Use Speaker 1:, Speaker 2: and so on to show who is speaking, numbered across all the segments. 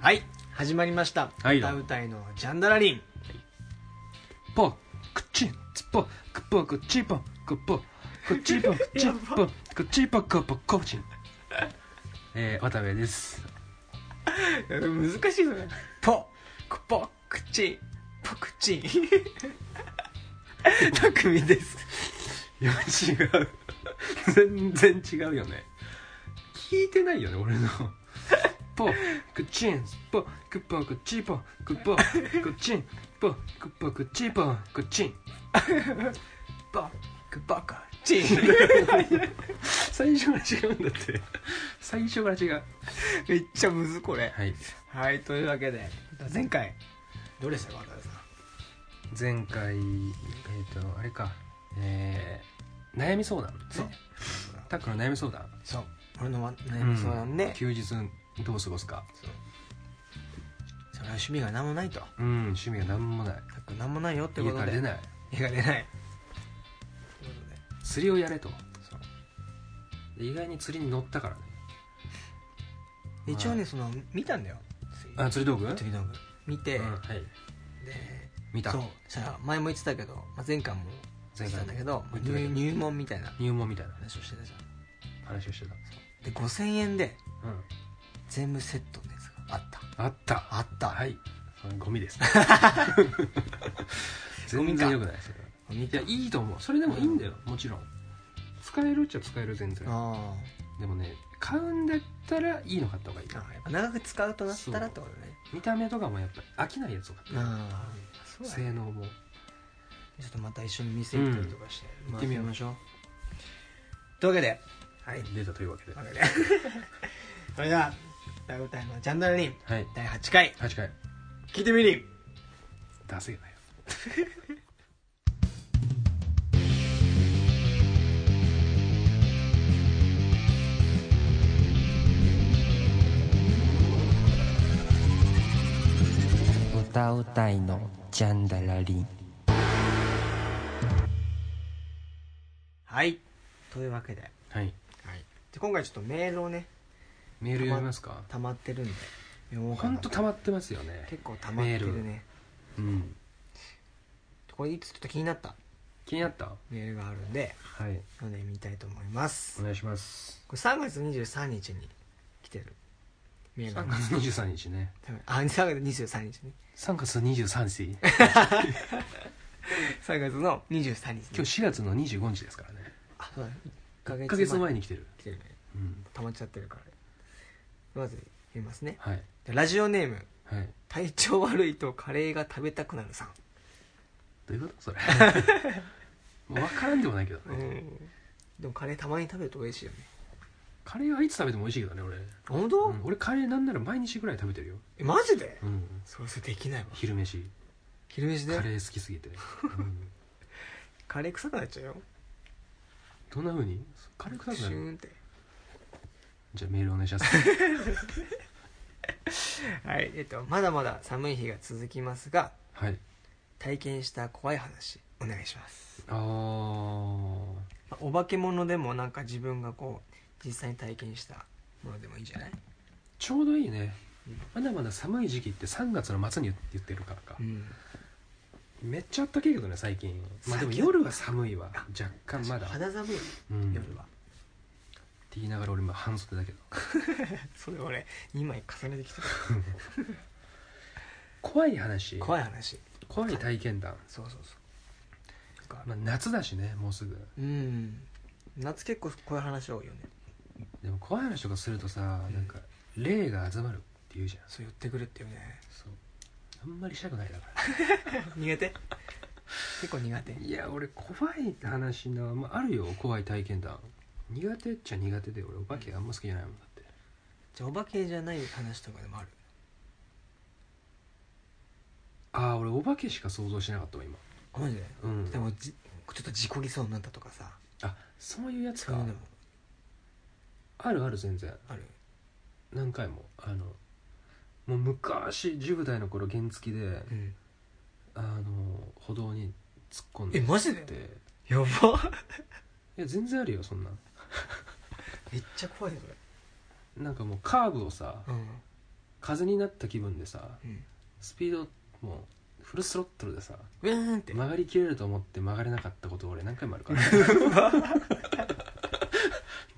Speaker 1: はい始まりました「
Speaker 2: はい
Speaker 1: 歌うたいのジャンダラリン
Speaker 2: ポクチツポクポクチポクポクチポクチポクチポクポコチンえー、渡部です」
Speaker 1: 難しいぞねポクポクチポク チたくみです
Speaker 2: いや違う全然違うよね聞いてないよね俺のポクチンポクポクチポクポクチンポクポクチポクチン
Speaker 1: ポクポクチ
Speaker 2: 最初から違うんだって最初から違う
Speaker 1: めっちゃむずこれ
Speaker 2: はい
Speaker 1: はいというわけで前回どうでしたか渡辺さん
Speaker 2: 前回えっ、とあれかえー、悩み相談
Speaker 1: そう
Speaker 2: タックの悩み相談
Speaker 1: そう俺の悩み相談で、
Speaker 2: 休日どう過ごすか
Speaker 1: そうそれは趣味が何もないと
Speaker 2: うん趣味が何もない
Speaker 1: たく何もないよってこ
Speaker 2: 家
Speaker 1: とで
Speaker 2: から出ない
Speaker 1: 家が出ないということで
Speaker 2: 釣りをやれと
Speaker 1: そう
Speaker 2: で意外に釣りに乗ったからね
Speaker 1: で一応
Speaker 2: は
Speaker 1: ね
Speaker 2: い
Speaker 1: その見たんだよ
Speaker 2: あ釣り道具
Speaker 1: 釣り道具見て、
Speaker 2: うんはい
Speaker 1: で
Speaker 2: 見た
Speaker 1: そうそしたら前も言ってたけど、まあ、前回も言
Speaker 2: 前
Speaker 1: ってた
Speaker 2: 回
Speaker 1: んだ
Speaker 2: ね
Speaker 1: けど、
Speaker 2: 言ってた
Speaker 1: 入
Speaker 2: けど
Speaker 1: 入門みたいな
Speaker 2: 入門みたいなね
Speaker 1: 話をしてたじゃ
Speaker 2: 話をしてた
Speaker 1: んで5000円で
Speaker 2: うん
Speaker 1: 全部セットのやつがあった
Speaker 2: あった
Speaker 1: あった
Speaker 2: はいそれゴミです
Speaker 1: ゴミ
Speaker 2: 全
Speaker 1: か
Speaker 2: 然良くないそれは
Speaker 1: 見
Speaker 2: い
Speaker 1: て
Speaker 2: やいいと思うそれでもいいんだよもちろん使えるっちゃ使える全然
Speaker 1: あ
Speaker 2: でもね買うんだったらいいの買った方がいい
Speaker 1: ーあやっぱ長く使うとなったらってことね
Speaker 2: 見た目とかもやっぱり飽きないやつを買った
Speaker 1: ああそうだね
Speaker 2: 性能も
Speaker 1: ちょっとまた一緒に店行ったりとかして、
Speaker 2: ん
Speaker 1: 行
Speaker 2: 行
Speaker 1: っ
Speaker 2: ってて
Speaker 1: み
Speaker 2: み
Speaker 1: ま
Speaker 2: ま
Speaker 1: しょうというわけではい
Speaker 2: 出たというわけで
Speaker 1: わけで それでは歌うたいのジャンダルリン
Speaker 2: はい
Speaker 1: 第8回
Speaker 2: 8回
Speaker 1: 聞いてみりん
Speaker 2: 出せよね
Speaker 3: 歌うたいのジャンダラリン
Speaker 1: はいというわけで,、
Speaker 2: はい
Speaker 1: はい、で今回ちょっとメールをね
Speaker 2: メール読みますか
Speaker 1: 溜まってるんで読もうか
Speaker 2: ほん
Speaker 1: な
Speaker 2: と溜まってますよね
Speaker 1: 結構溜まってる
Speaker 2: メ
Speaker 1: ね
Speaker 2: うん
Speaker 1: これいつちょっと気になった
Speaker 2: 気になった
Speaker 1: メールがあるんで
Speaker 2: はい
Speaker 1: 読んでみたいと思います
Speaker 2: お願いします
Speaker 1: これ3月23日に来てるメールな
Speaker 2: 3
Speaker 1: んです
Speaker 2: 月23日ね
Speaker 1: あ3月23日ね
Speaker 2: 3月23日
Speaker 1: 3月の23日に
Speaker 2: 今日4月の25日ですからね
Speaker 1: あそうだ1
Speaker 2: 1
Speaker 1: ヶ
Speaker 2: ヶ
Speaker 1: 月
Speaker 2: 月
Speaker 1: 前
Speaker 2: 前
Speaker 1: に
Speaker 2: に来てる
Speaker 1: 来てるね
Speaker 2: うん
Speaker 1: 溜まっちゃってるからまず言いますね
Speaker 2: はい
Speaker 1: ラジオネーム
Speaker 2: はいど
Speaker 1: 体調悪いとカレーが食べたくなるさん
Speaker 2: ういうこと それもう分からんでもないけど
Speaker 1: う
Speaker 2: ね
Speaker 1: んでもカレーたまに食べると嬉しいよね
Speaker 2: カレーはいつ食べても美味しいけどね俺
Speaker 1: 本当、
Speaker 2: うん俺カレーなんなら毎日ぐらい食べてるよ
Speaker 1: えマジで
Speaker 2: うん
Speaker 1: それそれできないわ
Speaker 2: 昼飯
Speaker 1: 昼飯で
Speaker 2: カ
Speaker 1: カレ
Speaker 2: レー好きすぎて、うん
Speaker 1: ー臭くなっちゃうよ
Speaker 2: どんなふうにカレー臭く
Speaker 1: シュ
Speaker 2: なる
Speaker 1: ーンって
Speaker 2: じゃあメールお願いします
Speaker 1: はいえっとまだまだ寒い日が続きますが
Speaker 2: はい
Speaker 1: 体験した怖い話お願いします、
Speaker 2: あー
Speaker 1: まあお化け物でもなんか自分がこう実際に体験したものでもいいんじゃない
Speaker 2: ちょうどいいね
Speaker 1: うん
Speaker 2: まだまだ寒い時期って3月の末に言ってるからか、
Speaker 1: ん
Speaker 2: めっちゃあったけいけどね最近まあでも
Speaker 1: 最近
Speaker 2: 夜は寒いわ
Speaker 1: あ
Speaker 2: 若干まだ、
Speaker 1: 肌寒いよね
Speaker 2: うん、
Speaker 1: 夜
Speaker 2: っ
Speaker 1: は、
Speaker 2: て言いながら俺今半袖だけど
Speaker 1: それ俺2枚重ねてきてた
Speaker 2: 怖い話
Speaker 1: 怖
Speaker 2: い
Speaker 1: い話
Speaker 2: 怖い体験談、
Speaker 1: そうそうそうなんか、
Speaker 2: まあ、夏だしねもうすぐ
Speaker 1: うん夏結構こういう話多いよね
Speaker 2: でも怖い話とかするとさ、
Speaker 1: うん
Speaker 2: なんか霊が集まるって言うじゃん
Speaker 1: そう寄ってくるっていうね
Speaker 2: そうあんまりしたくないだから
Speaker 1: 苦手結構苦手
Speaker 2: いや俺怖い話な、まあ、あるよ怖い体験談苦手っちゃ苦手で俺お化けあんま好きじゃないもんだって
Speaker 1: じゃあお化けじゃない話とかでもある
Speaker 2: ああ俺お化けしか想像しなかったわ今
Speaker 1: あマジで
Speaker 2: うん
Speaker 1: でもじちょっと事故りそうになったとかさ
Speaker 2: あそういうやつ
Speaker 1: そう
Speaker 2: か
Speaker 1: いうのも
Speaker 2: あるある全然
Speaker 1: ある
Speaker 2: 何回もあのもう昔10代の頃原付で
Speaker 1: うん
Speaker 2: あの歩道に突っ込んで
Speaker 1: えマジ
Speaker 2: って
Speaker 1: でやば
Speaker 2: いや全然あるよそんなん
Speaker 1: めっちゃ怖いよそれ
Speaker 2: なんかもうカーブをさ
Speaker 1: うん
Speaker 2: 風になった気分でさ
Speaker 1: うん
Speaker 2: スピードもうフルスロットルでさ
Speaker 1: うーんって
Speaker 2: 曲がりきれると思って曲がれなかったこと俺何回もあるから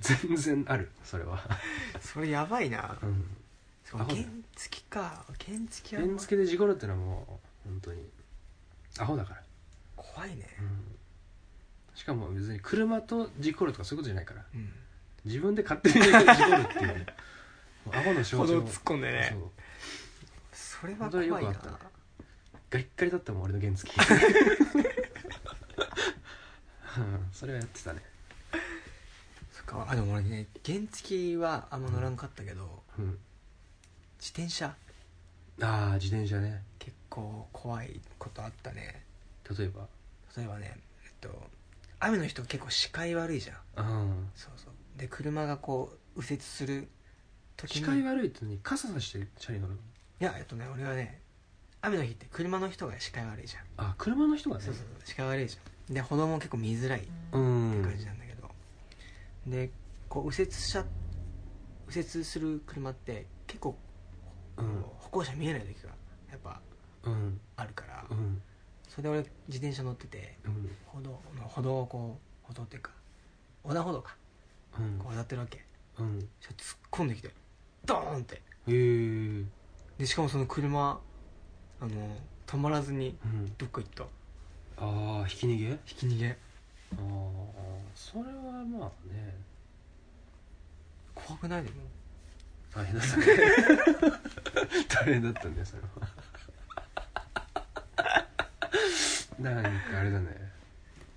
Speaker 2: 全然あるそれは、
Speaker 1: それやばいな
Speaker 2: うん、
Speaker 1: しかも
Speaker 2: アホだ
Speaker 1: 原
Speaker 2: よ
Speaker 1: 付きか原付きは
Speaker 2: 原付で事故るってのはもう本当にアホだから、
Speaker 1: 怖いね
Speaker 2: うん、しかも別に車と事故るとかそういうことじゃないから
Speaker 1: うん
Speaker 2: 自分で勝手に事故るっていう ねもうアホの
Speaker 1: 歩
Speaker 2: 象
Speaker 1: 道
Speaker 2: 徴
Speaker 1: 突っ込んでね
Speaker 2: そう
Speaker 1: それは怖いな
Speaker 2: 本当によくあったガリッガリだったもん俺の原付うんそれはやってたね
Speaker 1: そっかあでも俺ね原付はあんま乗らんかったけど、
Speaker 2: うん
Speaker 1: 自転車
Speaker 2: ああ自転車ね
Speaker 1: 結構怖いことあったね
Speaker 2: 例えば
Speaker 1: 例えばねえっと雨の人結構視界悪いじゃん
Speaker 2: うん
Speaker 1: そうそうで車がこう右折する時に
Speaker 2: 視界悪いってのに傘さしてチャリ乗るの
Speaker 1: いやえっとね俺はね雨の日って車の人が視界悪いじゃん、
Speaker 2: あ車の人がね
Speaker 1: そうそうそう視界悪いじゃんで歩道も結構見づらい
Speaker 2: うん
Speaker 1: 感じなんだけど、でこう右折しちゃ右折する車って結構、
Speaker 2: うん
Speaker 1: 歩行者見えない時がやっぱ
Speaker 2: うん
Speaker 1: あるから、
Speaker 2: うん
Speaker 1: それで俺自転車乗ってて
Speaker 2: うん
Speaker 1: 歩道の歩道をこう歩道っていうか横断歩道か
Speaker 2: うん
Speaker 1: こう渡ってるわけ
Speaker 2: うん
Speaker 1: そしたら突っ込んできてドーンって
Speaker 2: へえ
Speaker 1: でしかもその車あの止まらずに
Speaker 2: うん
Speaker 1: どっか行った
Speaker 2: ああひき逃げあ
Speaker 1: ひき逃げ
Speaker 2: あそれはまあね
Speaker 1: 怖くないでも
Speaker 2: 大変だったね大変だったねそれはなんかあれだね、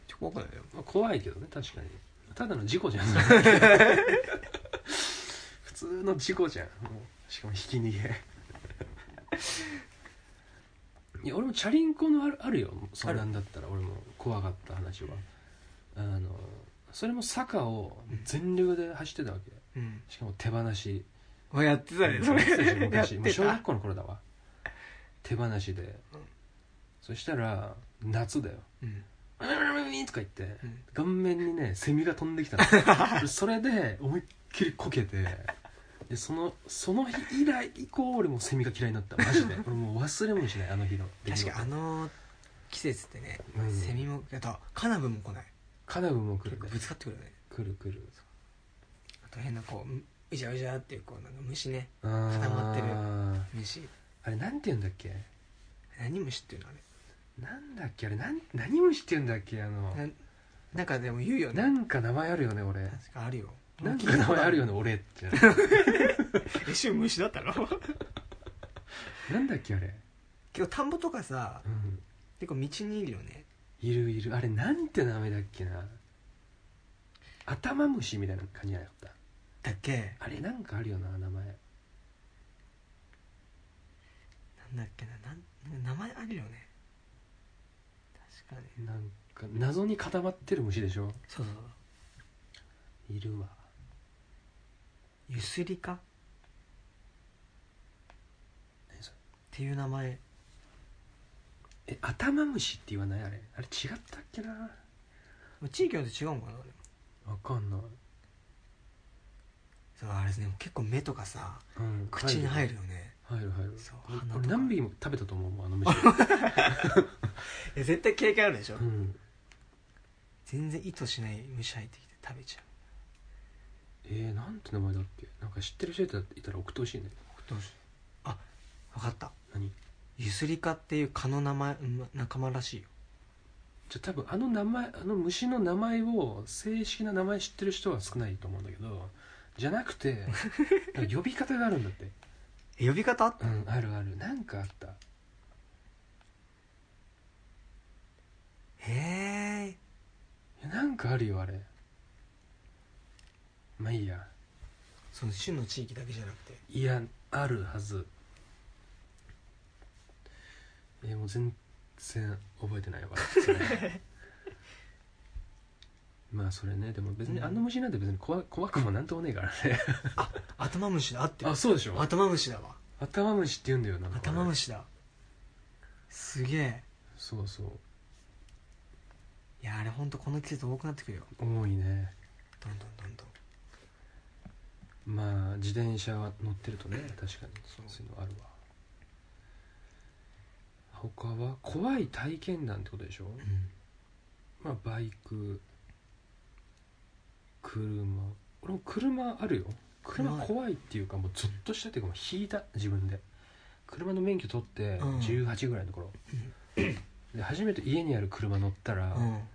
Speaker 1: ちょ怖くないでも
Speaker 2: まあ、怖いけどね確かにただの事故じゃん 普通の事故じゃんもうしかもひき逃げいや俺もチャリンコのあるあるよそんなんだったら俺も怖かった話はあのそれも坂を全力で走ってたわけ
Speaker 1: うん
Speaker 2: しかも手放し
Speaker 1: あやってたねそれ やっ
Speaker 2: 昔もう
Speaker 1: て
Speaker 2: 小学
Speaker 1: た
Speaker 2: 校の頃だわ手放しで、そしたら夏だよ
Speaker 1: うん
Speaker 2: 「ウィンウィンウィン」とか言って
Speaker 1: うん
Speaker 2: 顔面にねセミが飛んできたのそれで思いっきりこけてでそのその日以来以降俺もうセミが嫌いになったマジで俺もう忘れもしないあの日の出来
Speaker 1: 確
Speaker 2: 事
Speaker 1: かあの季節ってね、
Speaker 2: うん
Speaker 1: セミもあとカナブンも来ない
Speaker 2: カナブンも来
Speaker 1: 結
Speaker 2: る
Speaker 1: 構ぶつかってくるよね
Speaker 2: くるくる
Speaker 1: あと変なこううじゃうじゃっていうこうなんか虫ね
Speaker 2: 固ま
Speaker 1: ってる虫
Speaker 2: あれなんて言うんだっけ
Speaker 1: 何虫っていうのあれ
Speaker 2: なんだっけあれなん何虫って言うんだっけあの
Speaker 1: ななんかでも言うよね
Speaker 2: なんか名前あるよね俺
Speaker 1: 確かあるよ
Speaker 2: なんか名前あるよね俺 って
Speaker 1: え週虫だった ろ
Speaker 2: なんだっけあれ、
Speaker 1: 結構田んぼとかさ
Speaker 2: うん、
Speaker 1: 結構道にいるよね
Speaker 2: いるいるあれなんて名前だっけな頭虫みたいな感じじゃなかっ
Speaker 1: だっけ
Speaker 2: たあれなんかあるよな名前
Speaker 1: なんだっけななん名前あるよね確かに
Speaker 2: なんか謎に固まってる虫でしょ
Speaker 1: そうそう
Speaker 2: いるわ
Speaker 1: ゆすりかっ
Speaker 2: 何それ
Speaker 1: ていう名前
Speaker 2: え頭虫って言わないあれあれ違ったっけな
Speaker 1: まあ地域によって違うんかなでも
Speaker 2: わかんない、
Speaker 1: そうあれですね結構目とかさ
Speaker 2: うん、
Speaker 1: 口に入
Speaker 2: る
Speaker 1: るよね
Speaker 2: 入る入る
Speaker 1: そう
Speaker 2: 俺
Speaker 1: 鼻とか
Speaker 2: 俺何匹も食べたと思うもんあの 虫、
Speaker 1: いや絶対経験あるでしょ
Speaker 2: うん、
Speaker 1: 全然意図しない虫入ってきて食べちゃう
Speaker 2: えー、なんて名前だっけなんか知ってる人いたらいたら送ってほしいね
Speaker 1: どうしあ分かった
Speaker 2: 何
Speaker 1: ゆすりかっていう蚊の名前うん仲間らしいよ
Speaker 2: じゃあ多分あの名前あの虫の名前を正式な名前知ってる人は少ないと思うんだけどじゃなくてなんか呼び方があるんだって
Speaker 1: え呼び方あっ
Speaker 2: う
Speaker 1: た
Speaker 2: んあるあるなんかあった
Speaker 1: へえ
Speaker 2: いやなんかあるよあれまあいいや
Speaker 1: その州の地域だけじゃなくて
Speaker 2: いやあるはずえもう全然覚えてないわそれ まあそれねでも別にあの虫なんて別に怖怖くもなんともねえからね
Speaker 1: 頭虫だって
Speaker 2: あそうでしょ
Speaker 1: 頭虫だわ
Speaker 2: 頭虫って言うんだよなんかあれ
Speaker 1: 頭虫だすげえ
Speaker 2: そうそう
Speaker 1: いやあれほんとこの季節多くなってくるよ
Speaker 2: 多いね
Speaker 1: どんどんどんどん
Speaker 2: まあ自転車乗ってるとね確かに
Speaker 1: そう
Speaker 2: そういうのあるわ他は怖い体験談ってことでしょ
Speaker 1: うん
Speaker 2: まあバイク車俺も車あるよ車
Speaker 1: 車
Speaker 2: 怖いっていうかもうゾッとしたっていうかもう引いた自分で車の免許取って
Speaker 1: うん
Speaker 2: 18ぐらいの頃、で初めて家にある車乗ったら、
Speaker 1: うん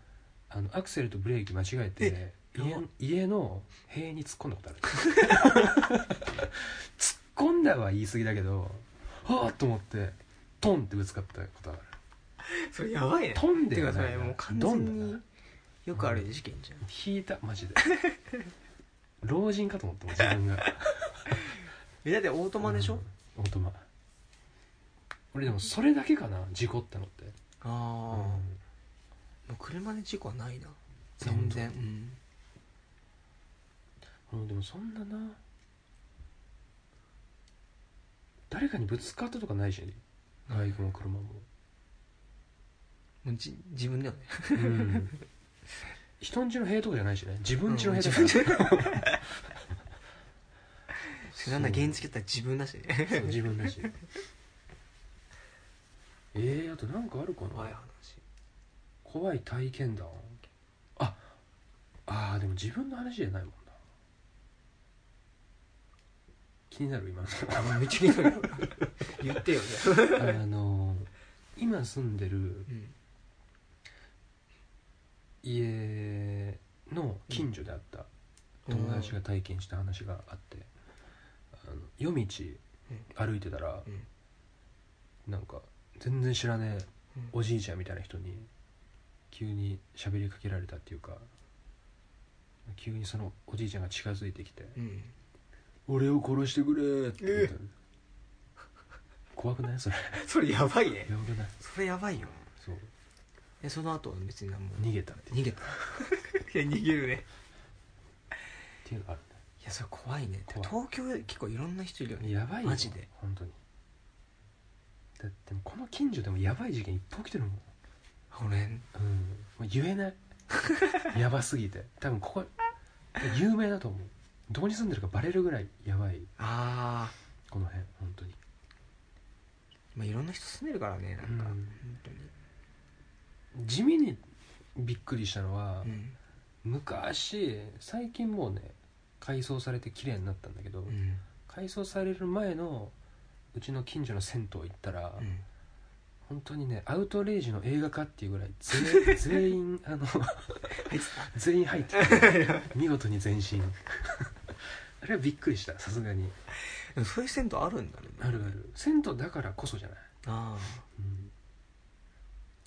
Speaker 2: あのアクセルとブレーキ間違えて
Speaker 1: えやば
Speaker 2: 家家の塀に突っ込んだことある 突っ込んだは言い過ぎだけどはあっと思ってトンってぶつかったことある
Speaker 1: それやばいね
Speaker 2: トン
Speaker 1: て
Speaker 2: で
Speaker 1: か
Speaker 2: は
Speaker 1: そ
Speaker 2: ない
Speaker 1: れ
Speaker 2: な
Speaker 1: もう完
Speaker 2: ド
Speaker 1: 全
Speaker 2: ンだな
Speaker 1: によくある事件じゃん
Speaker 2: 引いたマ ジで老人かと思ったもん自分が
Speaker 1: えだってオートマでしょ、
Speaker 2: うんオートマ俺でもそれだけかな事故ったのって
Speaker 1: ああ
Speaker 2: う、
Speaker 1: も
Speaker 2: ん
Speaker 1: う車で事故はないな
Speaker 2: あ
Speaker 1: 全
Speaker 2: 本当
Speaker 1: 然うん
Speaker 2: うんでもそんなな誰かにぶつかったとかないしバイクも車も、
Speaker 1: もうじ自分だよね
Speaker 2: うん、人んちの塀とかじゃないしね自分んちの塀とか、
Speaker 1: うん 自分
Speaker 2: そう
Speaker 1: なんだ原付だったら自分だしね
Speaker 2: そう自分だしえー、あとなんかあるかな
Speaker 1: 怖い話
Speaker 2: 怖い体験談ああーでも自分の話じゃないもんな気になる今
Speaker 1: あもうめ っちゃ気になる言ってよね
Speaker 2: のあの今住んでる
Speaker 1: うん
Speaker 2: 家の近所であった友達が体験した話があってあの夜道歩いてたら
Speaker 1: うん
Speaker 2: なんか全然知らねえ
Speaker 1: うん
Speaker 2: おじいちゃんみたいな人に急に喋りかけられたっていうか急にそのおじいちゃんが近づいてきて
Speaker 1: うん
Speaker 2: 俺を殺してくれって言ったの怖くないそれ
Speaker 1: それやばいね
Speaker 2: やばくない
Speaker 1: それやばいよ
Speaker 2: そう
Speaker 1: えその後は別に何も
Speaker 2: 逃げたっ
Speaker 1: 逃げた いや逃げるね
Speaker 2: ていうのある
Speaker 1: いやそれ怖いね
Speaker 2: 怖い
Speaker 1: 東京結構いろんな人いるよね
Speaker 2: ねやばいよ
Speaker 1: マジで
Speaker 2: 本当にだってもうこの近所でもやばい事件いっぱい起きてるもん
Speaker 1: 俺
Speaker 2: うんもう言 えないやばすぎて多分ここ有名だと思うどこに住んでるかバレるぐらいやばい
Speaker 1: ああ
Speaker 2: この辺本当に
Speaker 1: まあいろんな人住んでるからねなんか
Speaker 2: うん
Speaker 1: 本当に
Speaker 2: 地味にびっくりしたのは、
Speaker 1: うん
Speaker 2: 昔最近もうね改装されて綺麗になったんだけど、
Speaker 1: うん
Speaker 2: 改装される前のうちの近所の銭湯行ったら、
Speaker 1: うん
Speaker 2: 本当にねアウトレイジの映画化っていうぐらい 全全員あの
Speaker 1: 入ってた
Speaker 2: 全員入っ てて見事に全身 あれはびっくりしたさすがに
Speaker 1: でもそういう銭湯あるんだね
Speaker 2: あるある銭湯だからこそじゃない、
Speaker 1: ああ
Speaker 2: うん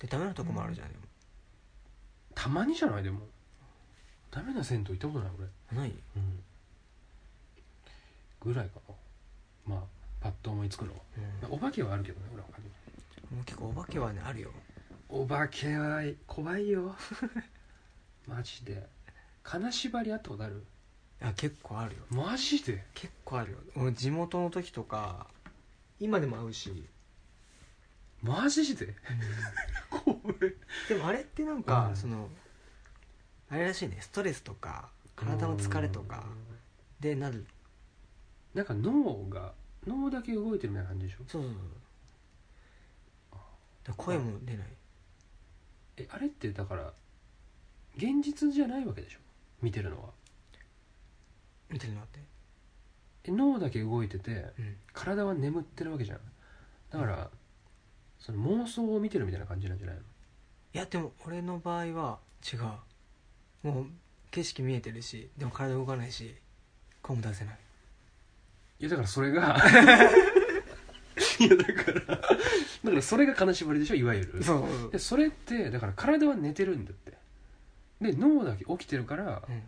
Speaker 1: でダメなとこもあるじゃんで
Speaker 2: たまにじゃないでもダメな銭湯行ったことない俺
Speaker 1: もない
Speaker 2: うんぐらいかなまあパッと思いつくのは
Speaker 1: うん
Speaker 2: お化けはあるけどね俺は他にも
Speaker 1: もう結構お化けはねあるよ
Speaker 2: お化けは怖いよ マジで金縛りあったことある
Speaker 1: あ結構あるよ
Speaker 2: マジで
Speaker 1: 結構あるよ俺地元の時とか今でも会うし
Speaker 2: マジでこれ
Speaker 1: でもあれってなんか、
Speaker 2: うん
Speaker 1: そのあれらしいねストレスとか 体の疲れとかでなる
Speaker 2: なんか脳が脳だけ動いてるみたいな感じでしょ
Speaker 1: そうそうそうだから声も出ない
Speaker 2: えあれってだから現実じゃないわけでしょ見てるのは
Speaker 1: みたいなのあって
Speaker 2: え脳だけ動いてて
Speaker 1: うん
Speaker 2: 体は眠ってるわけじゃんだから、その妄想を見てるみたいな感じなんじゃないの
Speaker 1: いやでも俺の場合は違うもう景色見えてるしでも体動かないし声も出せない
Speaker 2: いやだからそれが いやだからだからそれが金縛りでしょいわゆる
Speaker 1: そう
Speaker 2: でそれってだから体は寝てるんだってで脳だけ起きてるから
Speaker 1: うん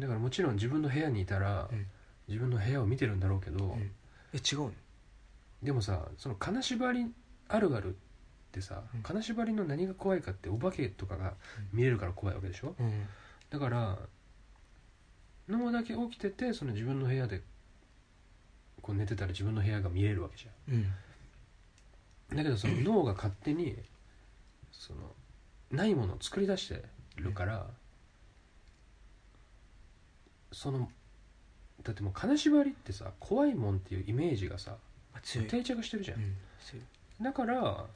Speaker 2: だからもちろん自分の部屋にいたら、
Speaker 1: うん
Speaker 2: 自分の部屋を見てるんだろうけど、
Speaker 1: うんえ違うの
Speaker 2: でもさその金縛りあるあるってさ、
Speaker 1: うん
Speaker 2: 金縛りの何が怖いかってお化けとかが見れるから怖いわけでしょ、
Speaker 1: うん
Speaker 2: だから脳だけ起きててその自分の部屋でこう寝てたら自分の部屋が見えるわけじ
Speaker 1: うん
Speaker 2: ゃんだけどその脳が勝手にそのないものを作り出してるからそのだってもう金縛りってさ怖いもんっていうイメージがさ
Speaker 1: あ強い、
Speaker 2: 定着してるじゃ、
Speaker 1: うんん、強い
Speaker 2: だから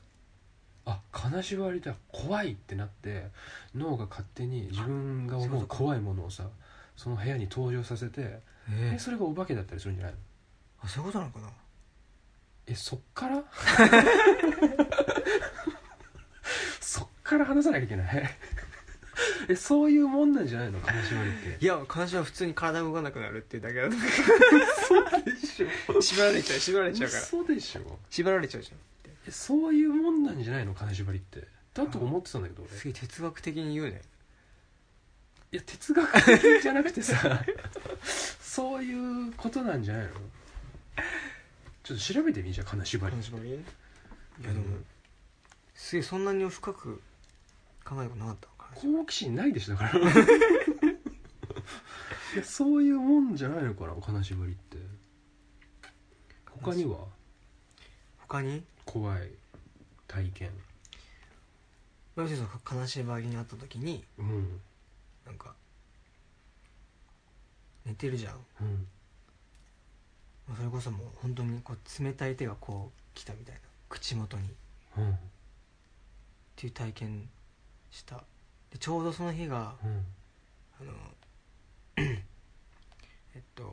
Speaker 2: あ金縛りだ怖いってなって脳が勝手に自分が
Speaker 1: そういう
Speaker 2: 思
Speaker 1: こ
Speaker 2: う
Speaker 1: と
Speaker 2: 怖いものをさその部屋に登場させて
Speaker 1: え
Speaker 2: えそれがお化けだったりするんじゃないの
Speaker 1: あそういうことなのかな
Speaker 2: えそっから そっから話さなきゃいけない えそういうもんなんじゃないの金縛りっ
Speaker 1: いや悲しいは普通に体動かなくなるっていうだけだと思
Speaker 2: てでしょ
Speaker 1: う 縛られちゃう縛られちゃうから
Speaker 2: そうでしょ
Speaker 1: 縛られちゃうじゃ
Speaker 2: えそういうもんなんじゃないの金縛りってだと思ってたんだけど俺
Speaker 1: んすげえ哲学的に言うね
Speaker 2: いや哲学的じゃなくてさ そういうことなんじゃないのちょっと調べてみじゃあ金縛り
Speaker 1: 金縛りいやでも
Speaker 2: うん
Speaker 1: すげえそんなに深く考えたことなかったから
Speaker 2: 好奇心ないでしょだからいやそういうもんじゃないのかな金縛りって他には
Speaker 1: 他に
Speaker 2: 怖い体験
Speaker 1: 要するにその悲しい場合にあった時に
Speaker 2: うん
Speaker 1: なんか寝てるじゃん
Speaker 2: うん
Speaker 1: もうそれこそもう本当にこう冷たい手がこう来たみたいな口元にっ
Speaker 2: うん
Speaker 1: ていう体験したでちょうどその日が
Speaker 2: うん
Speaker 1: あの えっと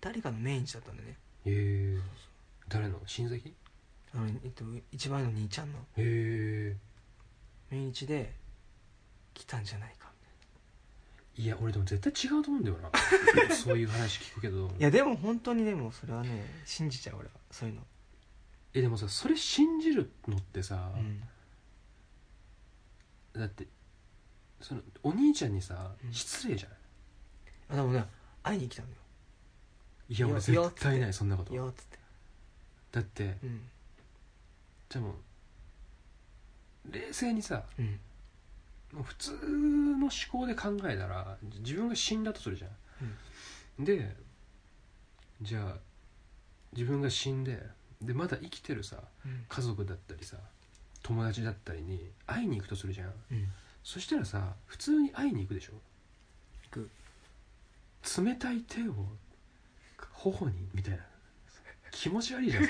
Speaker 1: 誰かの命日だったんだよね
Speaker 2: へえ誰の親戚へ
Speaker 1: あの、えっと、一番上の兄ちゃんの
Speaker 2: え
Speaker 1: 命日で来たんじゃないか
Speaker 2: いや俺でも絶対違うと思うんだよなそういう話聞くけど
Speaker 1: いやでも本当にでもそれはね信じちゃう俺はそういうの、
Speaker 2: えでもさそれ信じるのってさ、
Speaker 1: うん
Speaker 2: だってそのお兄ちゃんにさ
Speaker 1: うん
Speaker 2: 失礼じゃない、
Speaker 1: あでもね会いに来たんだ
Speaker 2: いや
Speaker 1: いやい
Speaker 2: 俺
Speaker 1: や
Speaker 2: 絶対ないそんなこと
Speaker 1: よよっつって
Speaker 2: だって
Speaker 1: うん
Speaker 2: じゃあもう冷静にさ
Speaker 1: うん
Speaker 2: もう普通の思考で考えたら自分が死んだとするじゃん、でじゃあ自分が死んででまだ生きてるさ
Speaker 1: うん
Speaker 2: 家族だったりさ友達だったりに会いに行くとするじゃん
Speaker 1: うん
Speaker 2: そしたらさ普通に会いに行くでしょ
Speaker 1: 行く
Speaker 2: 冷たい手を頬にみたいな気持ち悪 いじゃん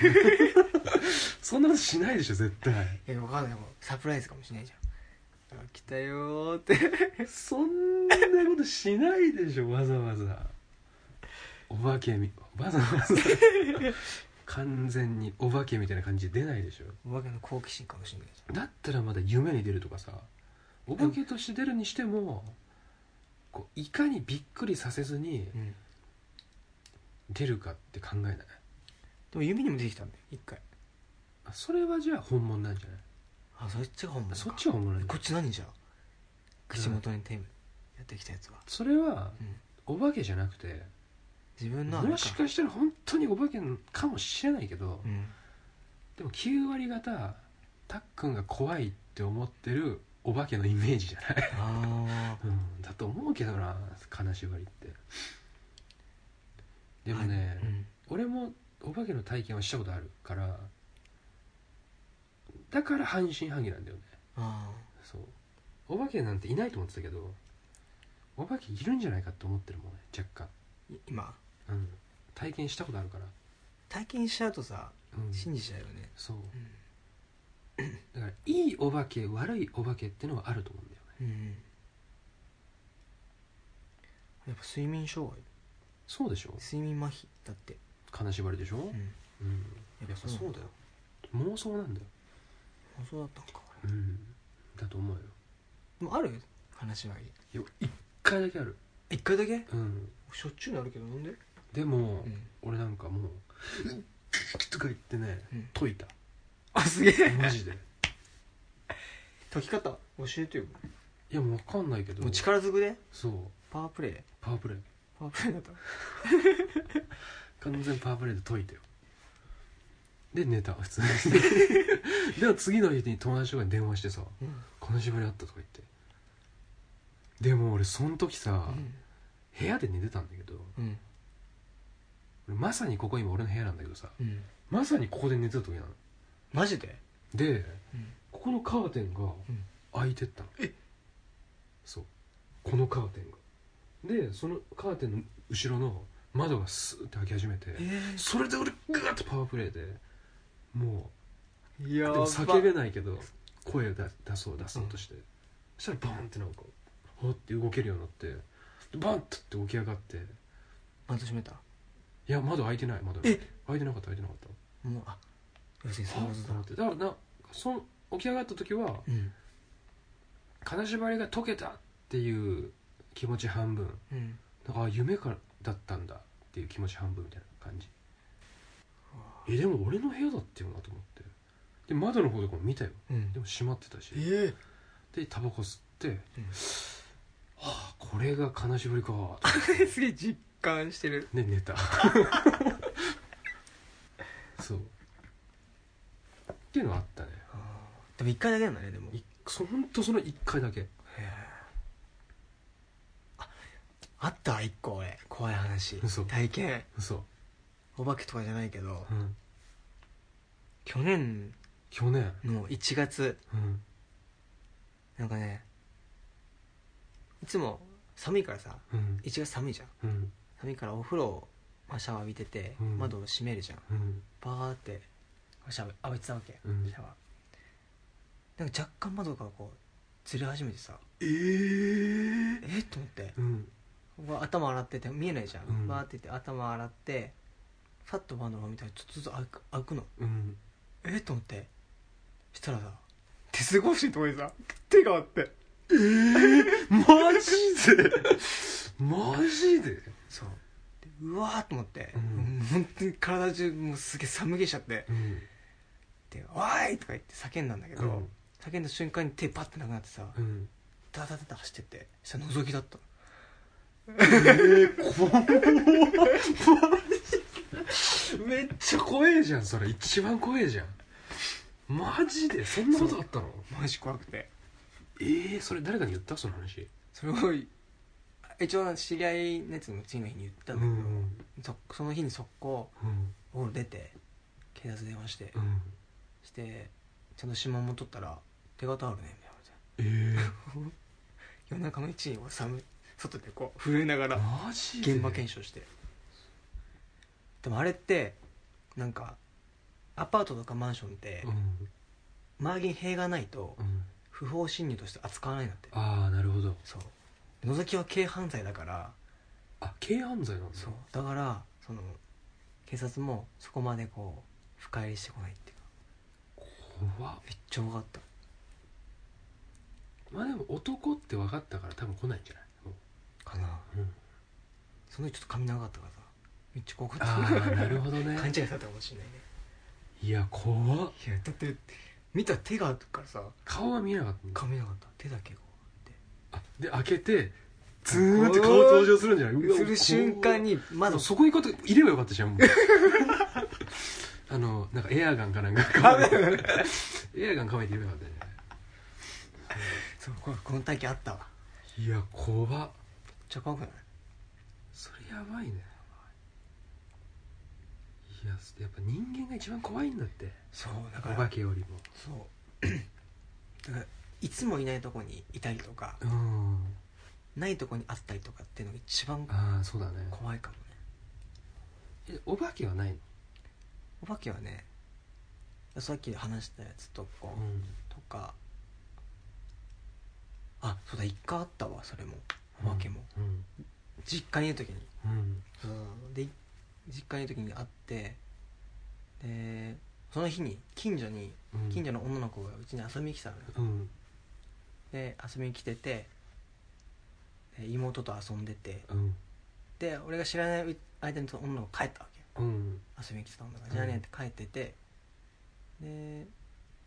Speaker 2: そんなことしないでしょ絶対
Speaker 1: いや分かんないもうサプライズかもしれないじゃんあ来たよーって
Speaker 2: そんなことしないでしょわざわざお化けみわざわざ完全にお化けみたいな感じで出ないでしょ
Speaker 1: お化けの好奇心かもしれないじ
Speaker 2: だったらまだ夢に出るとかさお化けとして出るにしてもこういかにびっくりさせずに
Speaker 1: ゃん、うん、
Speaker 2: 出るかって考えない
Speaker 1: でも夢にも出てきたんだよ一回
Speaker 2: あそれはじゃあ本物なんじゃない
Speaker 1: あそっちが本物か
Speaker 2: そっちは本物なんだ
Speaker 1: こっち何じゃん口元に手やってきたやつは、
Speaker 2: それは
Speaker 1: うん、
Speaker 2: お化けじゃなくて
Speaker 1: 自分のあれ
Speaker 2: もしかしたら本当にお化けかもしれないけど、
Speaker 1: うん
Speaker 2: でも9割方たっくんが怖いって思ってるお化けのイメージじゃない、
Speaker 1: あ
Speaker 2: うん、だと思うけどな金縛りってでもね
Speaker 1: あ、うん
Speaker 2: 俺もお化けの体験はしたことあるからだから半信半疑なんだよね
Speaker 1: あ
Speaker 2: そうお化けなんていないと思ってたけどお化けいるんじゃないかって思ってるもんね若干
Speaker 1: ーい今
Speaker 2: うん体験したことあるから、
Speaker 1: 体験しちゃうとさ
Speaker 2: うん、
Speaker 1: 信じちゃうよね
Speaker 2: そうだからいいお化け悪いお化けってのはあると思うんだよね
Speaker 1: うん、うん、やっぱ睡眠障害
Speaker 2: そうでしょ
Speaker 1: 睡眠麻痺だって、
Speaker 2: 金縛りでしょ、
Speaker 1: うん、
Speaker 2: うん、
Speaker 1: やっぱ
Speaker 2: やっぱ
Speaker 1: そ
Speaker 2: そうう
Speaker 1: だ
Speaker 2: だ
Speaker 1: よ
Speaker 2: よ妄想なんだよ、
Speaker 1: あそうだったのか
Speaker 2: うん、だと思うよ
Speaker 1: でもある話はい
Speaker 2: いや一回だけある、
Speaker 1: 一回だけ
Speaker 2: うん、
Speaker 1: しょっちゅうなるけどなんで
Speaker 2: でも、
Speaker 1: うん
Speaker 2: 俺なんかもう「とか言ってね、
Speaker 1: うん
Speaker 2: 解いた
Speaker 1: あす げえ
Speaker 2: マジで
Speaker 1: 解き方教えてよ
Speaker 2: いやもう分かんないけど
Speaker 1: もう力ずくで
Speaker 2: そう
Speaker 1: パワープレイ
Speaker 2: パワープレイ
Speaker 1: パワープレイだったの
Speaker 2: 完全パワープレイで解いたよで寝た普通に でも次の日に友達とかに電話してさ
Speaker 1: うん
Speaker 2: 「この縛りあった」とか言ってでも俺その時さ、部屋で寝てたんだけど
Speaker 1: うん
Speaker 2: 俺まさにここ今俺の部屋なんだけどさ
Speaker 1: うん
Speaker 2: まさにここで寝てた時なの
Speaker 1: マジで
Speaker 2: で
Speaker 1: うん
Speaker 2: ここのカーテンが
Speaker 1: うん
Speaker 2: 開いてったの、そうこのカーテンがでそのカーテンの後ろの窓がスーって開き始めて、
Speaker 1: え
Speaker 2: それで俺グーッとパワープレイでも
Speaker 1: ー、や
Speaker 2: うでも叫べないけど声を出出そう出そうとして、そしたらバーンってなんかほって動けるようになってでバンってって起き上がってい
Speaker 1: 窓閉めた
Speaker 2: や窓開いてない窓
Speaker 1: え
Speaker 2: 開いてなかった開いてなかった
Speaker 1: もうあ要するにそういう
Speaker 2: あ
Speaker 1: こ
Speaker 2: っ
Speaker 1: と
Speaker 2: と思
Speaker 1: だ
Speaker 2: ってだからなそん起き上がった時は
Speaker 1: うん
Speaker 2: 金縛りが解けたっていう気持ち半分
Speaker 1: うん
Speaker 2: なんかあ夢からだったんだっていう気持ち半分みたいな感じ
Speaker 1: わ
Speaker 2: えでも俺の部屋だってよなと思ってで窓の方とかも見たよ
Speaker 1: うん
Speaker 2: でも閉まってたし
Speaker 1: えー、
Speaker 2: でタバコ吸って、はあこれが金縛りかと
Speaker 1: すげえ実感してる
Speaker 2: ね寝 たそうっていうのはあったね
Speaker 1: でも一回だけなんだねでも
Speaker 2: いそほんとその1回だけ
Speaker 1: へーああったわ一個俺怖い話
Speaker 2: 嘘
Speaker 1: 体験
Speaker 2: 嘘、
Speaker 1: お化けとかじゃないけど
Speaker 2: うん、
Speaker 1: 去年
Speaker 2: 去年
Speaker 1: の1月
Speaker 2: うん
Speaker 1: なんかねいつも寒いからさ
Speaker 2: うん
Speaker 1: 1月寒いじゃん
Speaker 2: うん
Speaker 1: 寒いからお風呂を、まあ、シャワー浴びてて、
Speaker 2: うん
Speaker 1: 窓を閉めるじゃん
Speaker 2: うん
Speaker 1: バーってシャワー浴びてたわけ、
Speaker 2: うん
Speaker 1: シャワーなんか若干窓がこうずれ始めてさ
Speaker 2: ええ
Speaker 1: えっと思って
Speaker 2: うん
Speaker 1: わ頭洗ってて見えないじゃん、
Speaker 2: うん
Speaker 1: バーって言って頭洗ってファッと窓の方見たらちょっとずつ開く開くの
Speaker 2: うん
Speaker 1: えっと思ってしたらさ手過ごしのとこにさ手があって
Speaker 2: マジで マジで
Speaker 1: そうでうわーと思って、
Speaker 2: うん
Speaker 1: もう本当に体中もうすげえ寒気しちゃって
Speaker 2: うん
Speaker 1: 「でおーい!」とか言って叫んだんだけど、
Speaker 2: うん
Speaker 1: 叫んだ瞬間に手パッてなくなってさ
Speaker 2: うん
Speaker 1: ダダダダ走ってってしたら覗きだったの
Speaker 2: めっちゃ怖えじゃんそれ一番怖えじゃんマジでそんなことあったの
Speaker 1: マジ怖くて
Speaker 2: ええそれ誰かに言ったその話
Speaker 1: それを一応知り合いのやつにも次の日に言ったんだけど、そその日に速攻
Speaker 2: うん
Speaker 1: お風呂出て警察電話して、
Speaker 2: うん
Speaker 1: してちゃんと指紋も取ったら手形あるねみたいな
Speaker 2: ええ
Speaker 1: 夜中の一時に俺寒い外でこう震えながら
Speaker 2: マジで
Speaker 1: 現場検証してでもあれってなんかアパートとかマンションって
Speaker 2: うん
Speaker 1: 周りに塀がないと
Speaker 2: うん
Speaker 1: 不法侵入として扱わないんだって
Speaker 2: ああなるほど
Speaker 1: そう覗きは軽犯罪だから
Speaker 2: あ軽犯罪なんだ
Speaker 1: そうだからその警察もそこまでこう深入りしてこないっていうか
Speaker 2: 怖っ
Speaker 1: めっちゃ怖かった
Speaker 2: まあでも男って分かったから多分来ないんじゃないも
Speaker 1: かな
Speaker 2: ううん
Speaker 1: その時ちょっと髪長かったからさめっちゃ怖かった
Speaker 2: ああなるほど
Speaker 1: 勘
Speaker 2: ね
Speaker 1: 違いされたかもしれないね
Speaker 2: いや怖っ
Speaker 1: いやだって見た手があるからさ
Speaker 2: 顔は見えなかったんだ
Speaker 1: 髪なかった手だけこ
Speaker 2: あで開けてズーンって顔登場するんじゃないううわ
Speaker 1: する瞬間に
Speaker 2: あ
Speaker 1: 窓
Speaker 2: の
Speaker 1: そ
Speaker 2: そこ行こうといればよかったじゃんもう あのなんかエアガンかなんか構えてエアガン構えていればよかったじ
Speaker 1: うここの体験あったわめっ
Speaker 2: ゃんいや怖っ
Speaker 1: ちゃ怖くない
Speaker 2: それやばいねいややっぱ人間が一番怖いんだって
Speaker 1: そうだか
Speaker 2: お
Speaker 1: ら
Speaker 2: 化けよりも
Speaker 1: そう だからいつもいないとこにいたりとか
Speaker 2: うん
Speaker 1: ないとこにあったりとかっていうのが一番
Speaker 2: ああそうだね
Speaker 1: 怖いかもね
Speaker 2: えお化けはないの
Speaker 1: お化けはねさっき話したやつとか、
Speaker 2: うん
Speaker 1: とかあそうだ一回あったわそれもお化けも、
Speaker 2: うん
Speaker 1: 実家にいる時に
Speaker 2: うん
Speaker 1: そうそうそうで実家にいる時に会ってでその日に近所に
Speaker 2: うん
Speaker 1: 近所の女の子がうちに遊びに来てたのよ
Speaker 2: うん
Speaker 1: で遊びに来ててで妹と遊んでて
Speaker 2: うん
Speaker 1: で俺が知らないう間にその女の子帰ったわけ
Speaker 2: うん
Speaker 1: 遊びに来てたんだからじゃあねって帰っててで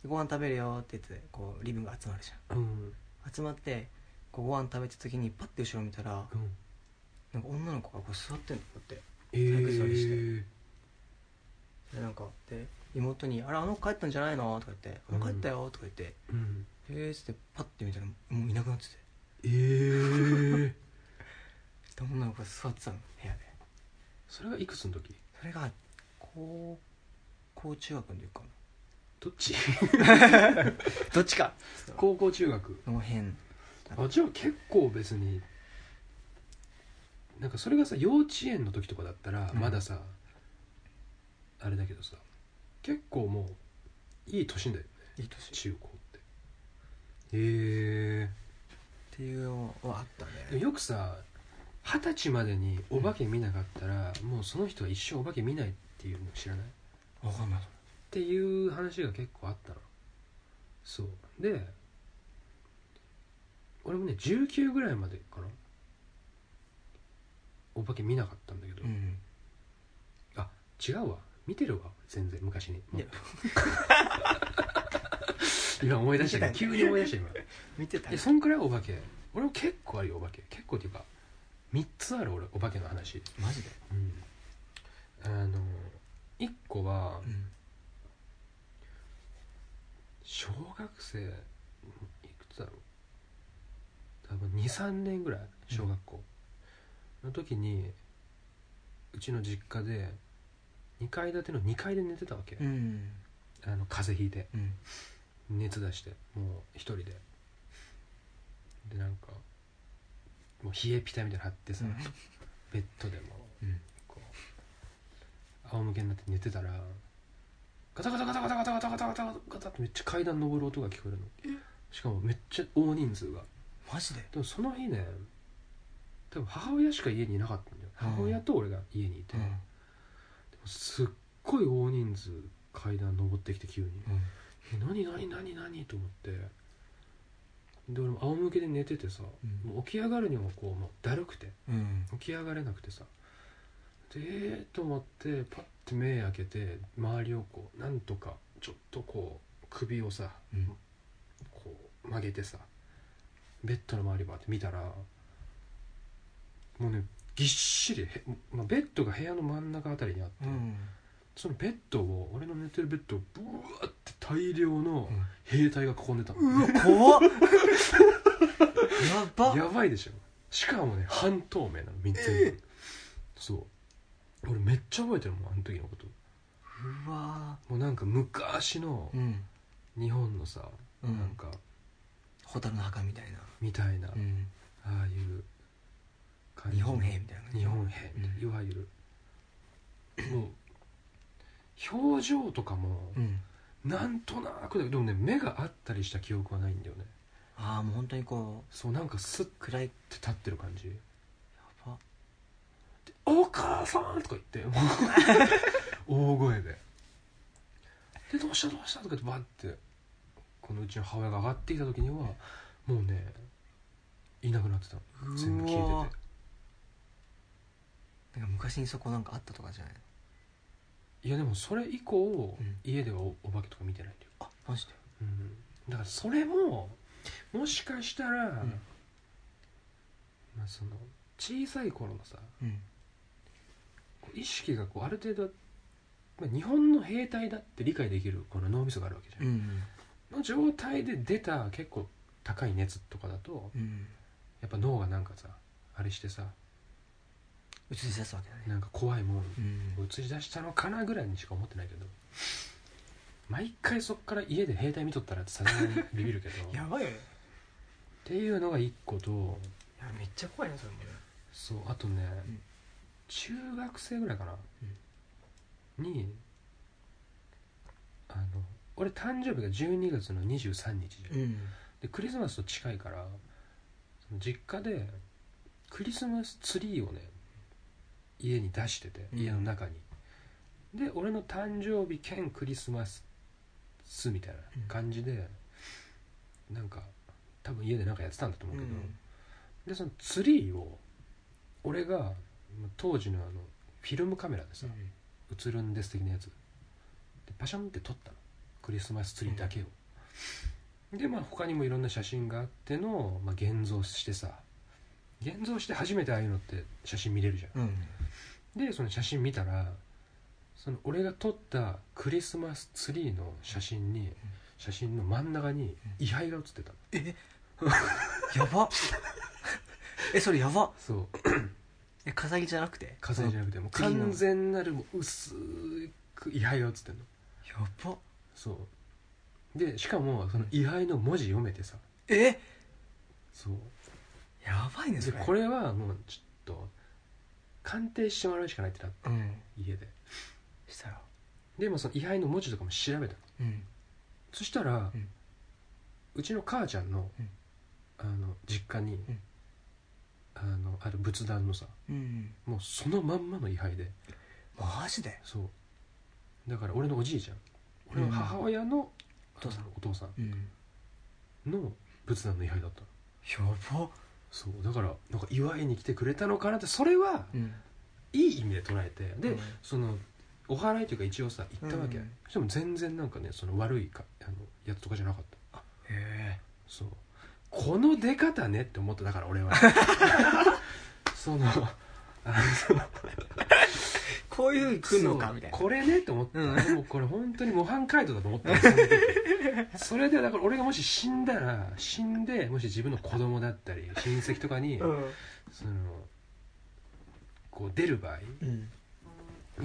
Speaker 1: ご飯食べるよって言ってこうリビング集まるじゃ
Speaker 2: うん
Speaker 1: ん集まってこうご飯食べてた時にパッて後ろ見たら
Speaker 2: うん
Speaker 1: なんか女の子がこう座ってんだこうやって
Speaker 2: え
Speaker 1: 体育座りして
Speaker 2: ー
Speaker 1: でなんかで妹に「あれあの子帰ったんじゃないの?」とか言って「あの子帰ったよ」とか言って
Speaker 2: うん
Speaker 1: 「へえ」っつってパッて見たらもういなくなってて
Speaker 2: えー
Speaker 1: そしたら女の子が座ってたの部屋で
Speaker 2: それはいくつの時
Speaker 1: それが高高中学の時かな
Speaker 2: どっち
Speaker 1: どっちか
Speaker 2: 高校中学
Speaker 1: この辺
Speaker 2: あじゃあ結構別になんかそれがさ幼稚園の時とかだったら
Speaker 1: うん
Speaker 2: まださ、あれだけどさ結構もういい年だよね
Speaker 1: いい年っ
Speaker 2: 中高ってへえ
Speaker 1: ていうのはあった
Speaker 2: でも
Speaker 1: ね
Speaker 2: よくさ二十歳までにお化け見なかったら、もうその人は一生お化け見ないっていうの知らないっ
Speaker 1: わかんない
Speaker 2: ていう話が結構あったのそうで俺もね19ぐらいまでかなお化け見なかったんだけど、
Speaker 1: うん
Speaker 2: あ違うわ見てるわ全然昔に
Speaker 1: いや
Speaker 2: 今思い出したけど
Speaker 1: 見てた
Speaker 2: 急に思い出した今
Speaker 1: 見てた
Speaker 2: えそんくらいお化け俺も結構あるよお化け結構っていうか3つある俺お化けの話
Speaker 1: マジで
Speaker 2: うんあの1個は
Speaker 1: うん
Speaker 2: 小学生いくつだろう多分23年ぐらい小学校の時にうちの実家で2階建ての2階で寝てたわけ、
Speaker 1: うん
Speaker 2: あの風邪ひいて
Speaker 1: うん
Speaker 2: 熱出してもう一人ででなんかもう冷えピタみたいなの貼ってさ、ベッドでも
Speaker 1: うん
Speaker 2: こう仰向けになって寝てたらガタガタガタガタガタガタガタガタガタってめっちゃ階段登る音が聞こえるのしかもめっちゃ大人数が
Speaker 1: マジで
Speaker 2: でもその日ね多分母親しか家にいなかったんだよ
Speaker 1: うん
Speaker 2: 母親と俺が家にいて、
Speaker 1: うん
Speaker 2: でもすっごい大人数階段登ってきて急に、
Speaker 1: うん
Speaker 2: え何何何何と思ってで俺も仰向けで寝ててさ、
Speaker 1: うん
Speaker 2: もう起き上がるにもこうもうだるくて
Speaker 1: うん
Speaker 2: 起き上がれなくてさでえーと思ってパッて目開けて周りをこうなんとかちょっとこう首をさ
Speaker 1: うん
Speaker 2: こう曲げてさベッドの周りばって見たらもうねぎっしりへ、まあ、ベッドが部屋の真ん中あたりにあって、
Speaker 1: うん
Speaker 2: そのベッドを俺の寝てるベッドをブワーって大量の兵隊が囲んでたの、
Speaker 1: うわ怖っやばっ
Speaker 2: やばいでしょしかもね半透明なの3つ、そう俺めっちゃ覚えてるもんあの時のこと
Speaker 1: うわ
Speaker 2: もうなんか昔の
Speaker 1: ーうん
Speaker 2: 日本のさ、
Speaker 1: うん
Speaker 2: なんか
Speaker 1: 蛍の墓みたいな
Speaker 2: みたいな、
Speaker 1: うん
Speaker 2: ああいう感
Speaker 1: 日本兵みたいな
Speaker 2: 日本兵みたいな、
Speaker 1: うん
Speaker 2: いわゆるもう表情とかも
Speaker 1: うん
Speaker 2: なんとなくだけどでもね目があったりした記憶はないんだよね
Speaker 1: ああもう本当にこ
Speaker 2: そうなんかスッて
Speaker 1: う暗い
Speaker 2: 立ってる感じ
Speaker 1: やば
Speaker 2: 「お母さん!」とか 言ってもう大声で「でどうしたどうした?」とか言ってバッてこのうちの母親が上がってきた時にはもうねいなくなってたの
Speaker 1: うわ
Speaker 2: 全部消えて
Speaker 1: なんか昔にそこなんかあったとかじゃない
Speaker 2: ていやでもそれ以降、
Speaker 1: うん
Speaker 2: 家ではおお化けとか見てないんだよ、
Speaker 1: あマジで
Speaker 2: うん、だからそれももしかしたら、
Speaker 1: ん
Speaker 2: まあその小さい頃のさ
Speaker 1: うん
Speaker 2: こう意識がこうある程度、まあ、日本の兵隊だって理解できるこの脳みそがあるわけじゃん
Speaker 1: うん
Speaker 2: の状態で出た結構高い熱とかだと
Speaker 1: うん
Speaker 2: やっぱ脳がなんかさあれしてさ
Speaker 1: 映し出すわけだね
Speaker 2: なんか怖いもん
Speaker 1: うん
Speaker 2: 映し出したのかなぐらいにしか思ってないけど毎回そっから家で兵隊見とったらさすがにビビるけどっ
Speaker 1: ばいよね
Speaker 2: ていうのが一個と
Speaker 1: いやめっちゃ怖いなそれもね
Speaker 2: そうあとね、
Speaker 1: うん
Speaker 2: 中学生ぐらいかな、にあの俺誕生日が12月の23日じゃん
Speaker 1: うん
Speaker 2: でクリスマスと近いからその実家でクリスマスツリーをね家に出してて
Speaker 1: うん
Speaker 2: 家の中に、で俺の誕生日兼クリスマススみたいな感じで、なんか多分家でなんかやってたんだと思うけど、でそのツリーを俺が当時のあのフィルムカメラでさ映るんです的なやつでパシャンって撮ったのクリスマスツリーだけを、でまあ他にもいろんな写真があっての、まあ、現像してさ現像して初めてああいうのって写真見れるじゃん
Speaker 1: うん
Speaker 2: でその写真見たらその俺が撮ったクリスマスツリーの写真に写真の真ん中に位牌が写ってたの
Speaker 1: やば っえそれやばっ
Speaker 2: そう
Speaker 1: え飾りじゃなくて
Speaker 2: 風邪じゃ
Speaker 1: ゃ
Speaker 2: なくてもう
Speaker 1: ツリーの
Speaker 2: 完全なるもう薄く位牌が写ってんの
Speaker 1: やばっ
Speaker 2: そうでしかもその位牌の文字読めてさ
Speaker 1: え
Speaker 2: そう
Speaker 1: やばいね
Speaker 2: で
Speaker 1: それ
Speaker 2: これはもうちょっと鑑定してもらうしかないってなって
Speaker 1: うん
Speaker 2: 家で
Speaker 1: したら
Speaker 2: でもその位牌の文字とかも調べたの
Speaker 1: うん
Speaker 2: そしたら、
Speaker 1: う
Speaker 2: うんちの母ちゃんの,、
Speaker 1: うん
Speaker 2: あの実家に、
Speaker 1: ん
Speaker 2: あのある仏壇のさ
Speaker 1: うん
Speaker 2: もうそのまんまの位牌で
Speaker 1: マジで
Speaker 2: そうだから俺のおじいちゃん俺の母親の
Speaker 1: お父さん
Speaker 2: あのお父さ
Speaker 1: うん
Speaker 2: んの仏壇の位牌だったの
Speaker 1: やば
Speaker 2: そうだからなんか祝いに来てくれたのかなってそれは
Speaker 1: うん
Speaker 2: いい意味で捉えてで、
Speaker 1: うん
Speaker 2: そのお祓いというか一応さ行ったわけ、
Speaker 1: うん
Speaker 2: しかも全然なんかねその悪いかあのやつとかじゃなかった
Speaker 1: へ
Speaker 2: そうこの出方ねって思っただから俺 はそのあの
Speaker 1: えこういうふうに来んのか
Speaker 2: そう
Speaker 1: みたいな
Speaker 2: これねって思った、
Speaker 1: うん
Speaker 2: もうこれ本当に模範解答だと思ったのその時 それでだから俺がもし死んだら死んでもし自分の子供だったり親戚とかに、
Speaker 1: うん
Speaker 2: そのこう出る場合、
Speaker 1: うん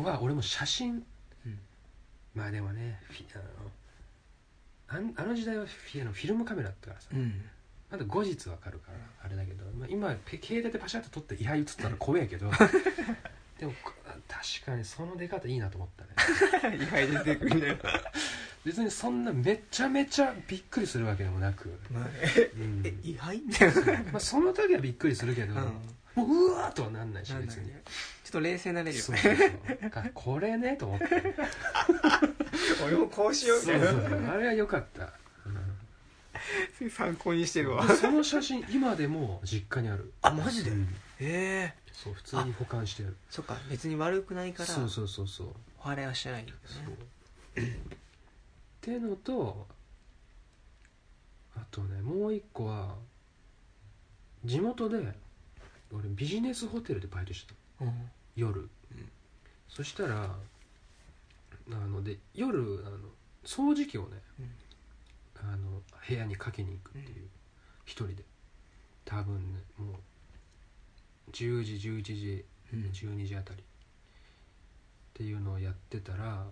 Speaker 2: は俺も写真、
Speaker 1: うん
Speaker 2: まあでもねフィあのあんあの時代はフィあのフィルムカメラだったからさ、
Speaker 1: うん
Speaker 2: あと後日わかるからあれだけど、まあ、今ペ携帯でパシャッと撮って位牌映ったら怖 えけどでもこ確かにその出方いいなと思った ね
Speaker 1: 意外出てくるんだよ
Speaker 2: 別にそんなめちゃめちゃびっくりするわけでもなく、うん
Speaker 1: え意外みたいな
Speaker 2: まあ、その時はびっくりするけど、
Speaker 1: うん
Speaker 2: もううわーとはなんないし
Speaker 1: なんだ
Speaker 2: 別
Speaker 1: ろう
Speaker 2: に
Speaker 1: ねちょっと冷静になれるよ
Speaker 2: そう
Speaker 1: ね
Speaker 2: そうそうあこれねと思って
Speaker 1: 俺もこうしようみ
Speaker 2: そ
Speaker 1: た
Speaker 2: う
Speaker 1: い
Speaker 2: そ
Speaker 1: な
Speaker 2: う そうあれは良かった、うん
Speaker 1: 参考にしてるわ
Speaker 2: その写真今でも実家にある
Speaker 1: あマジで
Speaker 2: うん
Speaker 1: ええ
Speaker 2: そう普通に保管してある
Speaker 1: そっか別に悪くないから
Speaker 2: そうそうそうそう
Speaker 1: お祓いはしてないんだよね
Speaker 2: そうってのとあとねもう一個は地元で俺ビジネスホテルでバイトしてた
Speaker 1: うん
Speaker 2: 夜、そしたらあので夜あの掃除機をね、
Speaker 1: うん
Speaker 2: あの部屋にかけに行くっていう、
Speaker 1: う
Speaker 2: 一人で多分ねもう10時11時
Speaker 1: うん
Speaker 2: 12時あたりっていうのをやってたら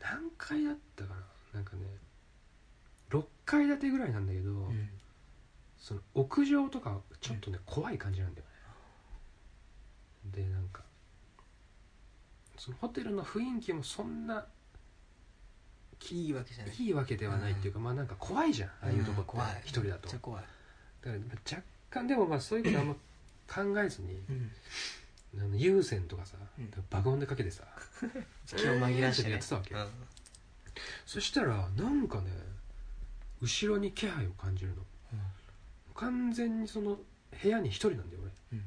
Speaker 2: 何階だったかななんかね6階建てぐらいなんだけど、
Speaker 1: うん
Speaker 2: その屋上とかちょっとね、怖い感じなんだよねでなんかそのホテルの雰囲気もそんない
Speaker 1: いわけじゃない
Speaker 2: いいわけではないっていうか、まあなんか怖いじゃんああいうとこって
Speaker 1: ん怖い
Speaker 2: 一人だと
Speaker 1: めっちゃ
Speaker 2: だか
Speaker 1: 怖い
Speaker 2: ら若干でもまあそういうことあんま考えずに
Speaker 1: うん
Speaker 2: あの有線とかさ、
Speaker 1: うん
Speaker 2: 爆音でかけてさ
Speaker 1: 気を紛らしてね
Speaker 2: やってたわけ、
Speaker 1: うん
Speaker 2: そしたらなんかね後ろに気配を感じるの完全にその部屋に一人なんだよ俺、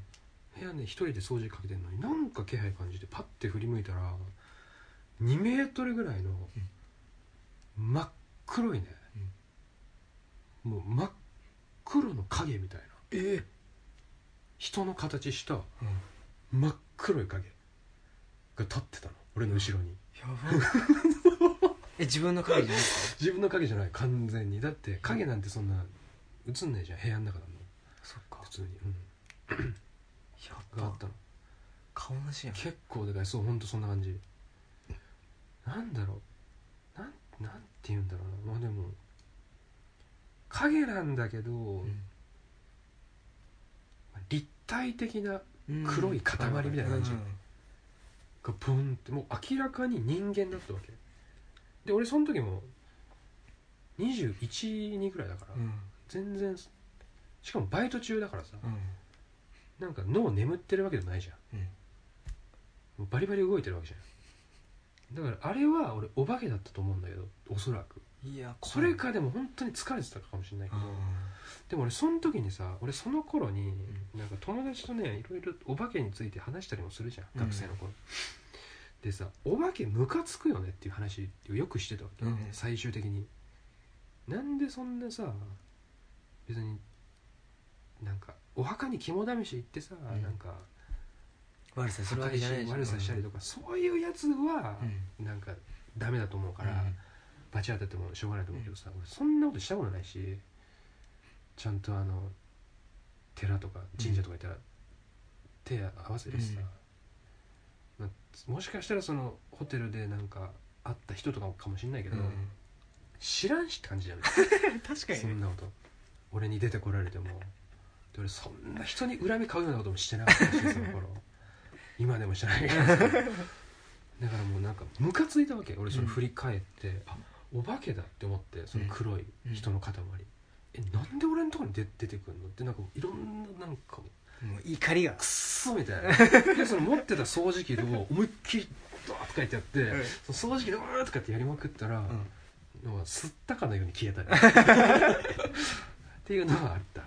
Speaker 2: 部屋に一人で掃除かけてんのになんか気配感じてパッて振り向いたら2メートルぐらいの真っ黒いね、もう真っ黒の影みたいな
Speaker 1: ええ
Speaker 2: 人の形した真っ黒い影が立ってたの俺の後ろに
Speaker 1: やばえ自分の影じゃないですか
Speaker 2: 自分の影じゃない完全にだって影なんてそんな映んないじゃん部屋の中なの
Speaker 1: そっか
Speaker 2: 普通にう
Speaker 1: や
Speaker 2: ん
Speaker 1: ば
Speaker 2: があったの
Speaker 1: 顔なしやん
Speaker 2: 結構でかいそうほんとそんな感じなんだろうなんなんて言うんだろうなまあでも影なんだけど、
Speaker 1: ん
Speaker 2: 立体的な黒い塊みたいな感じ
Speaker 1: うん
Speaker 2: がポンってもう明らかに人間だったわけで俺その時も212ぐらいだから、
Speaker 1: うん
Speaker 2: 全然しかもバイト中だからさ、
Speaker 1: うん
Speaker 2: なんか脳眠ってるわけでもないじゃん
Speaker 1: うん
Speaker 2: もうバリバリ動いてるわけじゃんだからあれは俺お化けだったと思うんだけどおそらく
Speaker 1: いや
Speaker 2: それかでも本当に疲れてたかもしれないけ
Speaker 1: う
Speaker 2: ど、
Speaker 1: ん
Speaker 2: でも俺その時にさ俺その頃になんか友達とねいろいろお化けについて話したりもするじゃん
Speaker 1: うん
Speaker 2: 学生の頃、でさお化けムカつくよねっていう話をよくしてたわけ、
Speaker 1: うん
Speaker 2: 最終的になんでそんなさ別になんかお墓に肝試し行ってさ、
Speaker 1: ん
Speaker 2: なんか
Speaker 1: 悪さするわけじゃないじゃん
Speaker 2: 悪さしたりとか、そういうやつは
Speaker 1: うん
Speaker 2: なんかダメだと思うから、
Speaker 1: うん
Speaker 2: バチ当たってもしょうがないと思うけどさ、俺そんなことしたことないしちゃんとあの寺とか神社とか行ったら手合わせてさ、まあもしかしたらそのホテルでなんか会った人とかかもしれないけ
Speaker 1: う
Speaker 2: ど、
Speaker 1: ん
Speaker 2: 知らんしって感じじゃない
Speaker 1: 確か
Speaker 2: そんなこと俺に出てこられてもで俺そんな人に恨み買うようなこともしてなかったしその 頃今でもしてないけどさだからもうなんかムカついたわけ俺それ振り返って、あお化けだって思ってその黒い人の塊、えなんで俺のとこに出出てくるのってなんかいろんななんか
Speaker 1: もう怒りが
Speaker 2: くっそみたい なでその持ってた掃除機を思いっきりドーッとかいてやって、
Speaker 1: うん
Speaker 2: その掃除機でうーとかってやりまくったら、のは吸ったかのように消えたりっていうのはあった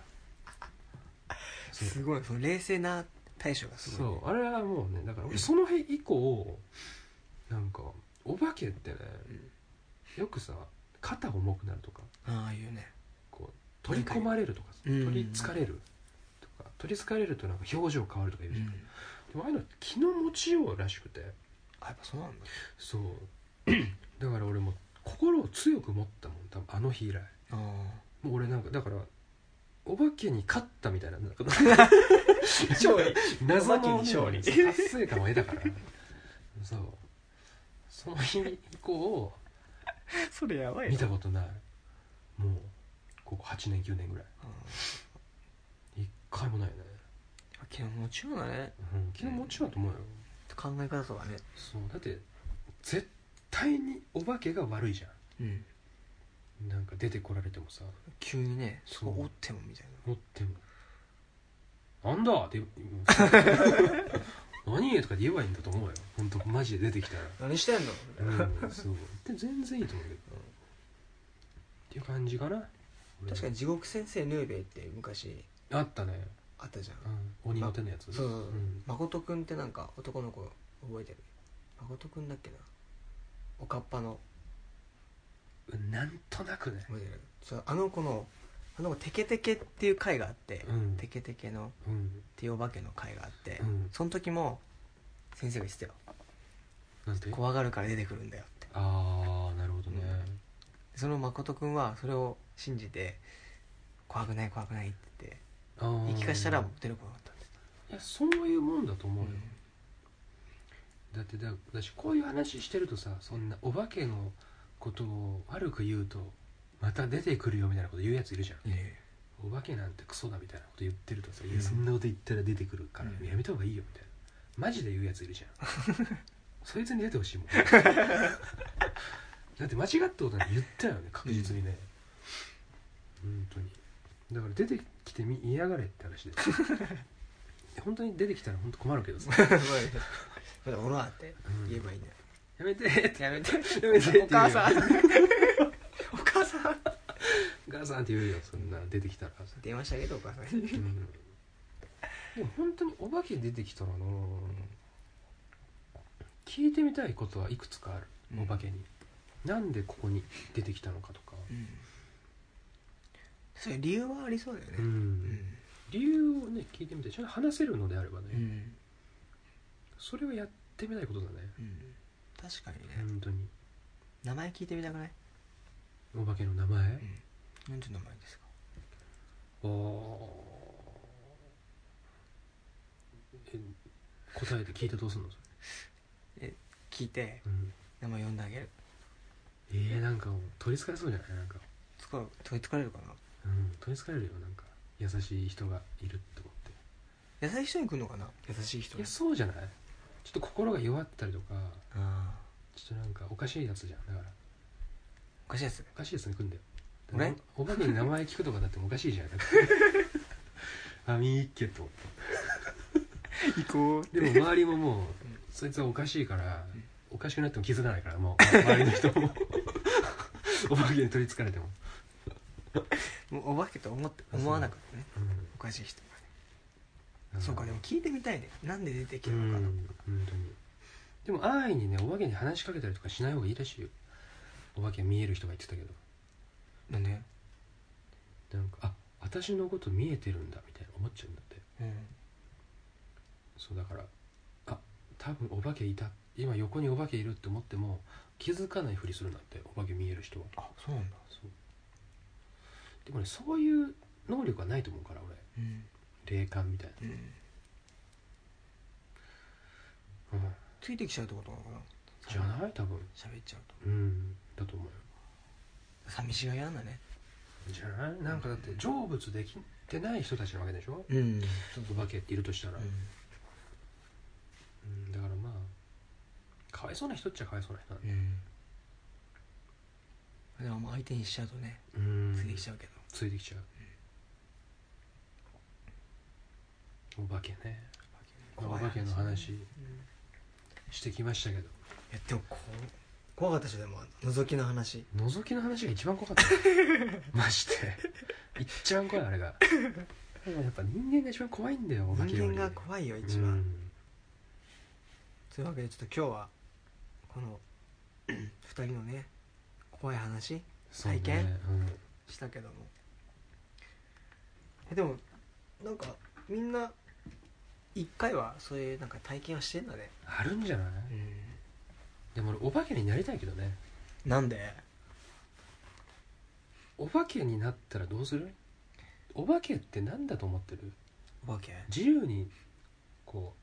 Speaker 2: そう
Speaker 1: すごいその冷静な対処がす
Speaker 2: そ
Speaker 1: ごいね
Speaker 2: うあれはもうねだから俺その辺以降なんかお化けってね、よくさ肩重くなるとか
Speaker 1: ああいうね
Speaker 2: こう取り込まれるとかさ
Speaker 1: うん
Speaker 2: 取りつかれるとか取りつかれるとなんか表情変わるとか言うじゃん、
Speaker 1: うん
Speaker 2: でもああいうの気の持ちようらしくて
Speaker 1: あやっぱそうなんだ
Speaker 2: そうだから俺も心を強く持ったもん多分あの日以来
Speaker 1: ああ
Speaker 2: もう俺なんかだからお化けに勝ったみたいななんか勝利謎の、ね、
Speaker 1: お化けに勝利
Speaker 2: そう達成感を得たからそうその日以降
Speaker 1: それやば
Speaker 2: 見たことないもうここ8年9年ぐらい一回もないね、
Speaker 1: 昨日もちろんだね
Speaker 2: うん、昨日もちろんだと思うよ
Speaker 1: 考え方とかね
Speaker 2: そうだって絶対にお化けが悪いじゃ
Speaker 1: うん
Speaker 2: んなんか出てこられてもさ
Speaker 1: 急にねそ
Speaker 2: そう
Speaker 1: こ折ってもみたいな
Speaker 2: 持っても「なんだ!」って言う 何とか言えばいいんだと思うよ本当マジで出てきたら
Speaker 1: 何してんの
Speaker 2: うんそうで全然いいと思うけど、っていう感じかな
Speaker 1: 確か
Speaker 2: に
Speaker 1: に地獄先生ヌーベイって昔
Speaker 2: あったね、
Speaker 1: あったじゃん
Speaker 2: うん、鬼の手のやつ
Speaker 1: そうそうそう、
Speaker 2: ん
Speaker 1: 誠くんってなんか男の子覚えてる誠くんだっけなおかっぱの
Speaker 2: うんなんとなくね
Speaker 1: 覚えてるそうあの子のあの子テケテケっていう回があって、
Speaker 2: うん
Speaker 1: テケテケのっ
Speaker 2: うん
Speaker 1: ていうお化けの回があって、
Speaker 2: うん
Speaker 1: その時も先生が言ってたよ
Speaker 2: なんて
Speaker 1: 怖がるから出てくるんだよって
Speaker 2: ああなるほどね、
Speaker 1: その誠くんはそれを信じて怖くない怖くないって言って
Speaker 2: あー
Speaker 1: 言い聞かしたら出る子だったんです
Speaker 2: いやそういうもんだと思うよ、
Speaker 1: うん
Speaker 2: だってだ私こういう話してるとさそんなお化けのことを悪く言うとまた出てくるよみたいなこと言うやついるじゃんお化けなんてクソだみたいなこと言ってるとさ、いやそんなこと言ったら出てくるから、
Speaker 1: うん
Speaker 2: やめた方がいいよみたいなマジで言うやついるじゃん そいつに出てほしいもんだって間違ったことなんて言ったよね確実にね、本当にだから出てきてみ嫌がれって話で 本当に出てきたら本当困るけどさ
Speaker 1: まだ俺はって
Speaker 2: うん
Speaker 1: 言えばいいんだよ、
Speaker 2: やめてって
Speaker 1: やめて
Speaker 2: やめてって言うよ
Speaker 1: お母さんお母さん
Speaker 2: ガサンって言うよそんな出てきたら、
Speaker 1: 電話してあげてお母さんに
Speaker 2: うん、でも本当にお化け出てきたらな、聞いてみたいことはいくつかある、
Speaker 1: うん
Speaker 2: お化けになんでここに出てきたのかとか、
Speaker 1: うんそれ理由はありそうだよ
Speaker 2: うん
Speaker 1: ね
Speaker 2: 理由をね聞いてみたいちゃんと話せるのであればね、
Speaker 1: うん、
Speaker 2: それはやってみないことだね
Speaker 1: うん、確かにね、
Speaker 2: 本当に
Speaker 1: 名前聞いてみたくない
Speaker 2: お化けの名前、
Speaker 1: なんて名前ですか
Speaker 2: あーえ答えて聞いてどうすんのそれ、
Speaker 1: 聞いて
Speaker 2: うん
Speaker 1: 名前呼んであげる
Speaker 2: えー、なんかもう取りつかれそうじゃないなんか
Speaker 1: つか取りつかれるかな
Speaker 2: うん取りつかれるよなんか優しい人がいるって思って
Speaker 1: 優しい人に来るのかな優しい人
Speaker 2: い
Speaker 1: に
Speaker 2: やそうじゃないちょっと心が弱ったりとか
Speaker 1: ああ
Speaker 2: ちょっとなんかおかしいやつじゃんだから
Speaker 1: おかしいやつ
Speaker 2: おかしいやつに来んだよ
Speaker 1: 俺
Speaker 2: なお化けに名前聞くとかだってもおかしいじゃん だってあみーっけと思って
Speaker 1: 行こう
Speaker 2: でも周りももう、そいつはおかしいから、おかしくなっても気づかないからもう周りの人も お化けに取りつかれても、
Speaker 1: もうお化けと思って
Speaker 2: あそう
Speaker 1: 思わなかったねおかしい人が
Speaker 2: うん
Speaker 1: そうかでも聞いてみたいねなんで出てき
Speaker 2: う
Speaker 1: たのかな、
Speaker 2: ん本当にでも安易にねお化けに話しかけたりとかしない方がいいらしいよお化け見える人が言ってたけど
Speaker 1: だね
Speaker 2: なんかあ私のこと見えてるんだみたいな思っちゃうんだって
Speaker 1: うん
Speaker 2: そうだからあ多分お化けいた今横にお化けいるって思っても気づかないふりするんだってお化け見える人は
Speaker 1: あそうなんだ
Speaker 2: そうでもねそういう能力はないと思うから俺
Speaker 1: うん、
Speaker 2: 霊感みたい
Speaker 1: うん、
Speaker 2: な、うん、
Speaker 1: ついてきちゃうってことなのかな
Speaker 2: じゃない多分
Speaker 1: 喋っちゃうと
Speaker 2: うんだと思うよ
Speaker 1: 寂しがりなんだね
Speaker 2: じゃないなんかだって成仏できてない人たちなわけでしょ
Speaker 1: うん
Speaker 2: お化けっているとしたら、うん、だからまあかわいそうな人っちゃかわいそうな人なん
Speaker 1: うん
Speaker 2: で
Speaker 1: でももう相手にしちゃうとね
Speaker 2: うん
Speaker 1: ついてきちゃうけど
Speaker 2: ついてきちゃう、お化けねお化けの話
Speaker 1: うん
Speaker 2: してきましたけど
Speaker 1: いやでもこう怖かったでしょでも覗きの話
Speaker 2: 覗きの話が一番怖 かったマジでいっちゃん怖いあれがでもやっぱ人間が一番怖いんだよお化けよ
Speaker 1: 人
Speaker 2: り
Speaker 1: 間が怖いよ一番、
Speaker 2: うん
Speaker 1: というわけでちょっと今日はこの 二人のね怖い話
Speaker 2: そうね
Speaker 1: 体験したけどもえでもなんかみんな一回はそういうなんか体験はしてんだね
Speaker 2: うん、あるんじゃないでも俺お化けになりたいけどね
Speaker 1: なんで
Speaker 2: お化けになったらどうするお化けって何だと思ってる
Speaker 1: お化け
Speaker 2: 自由にこう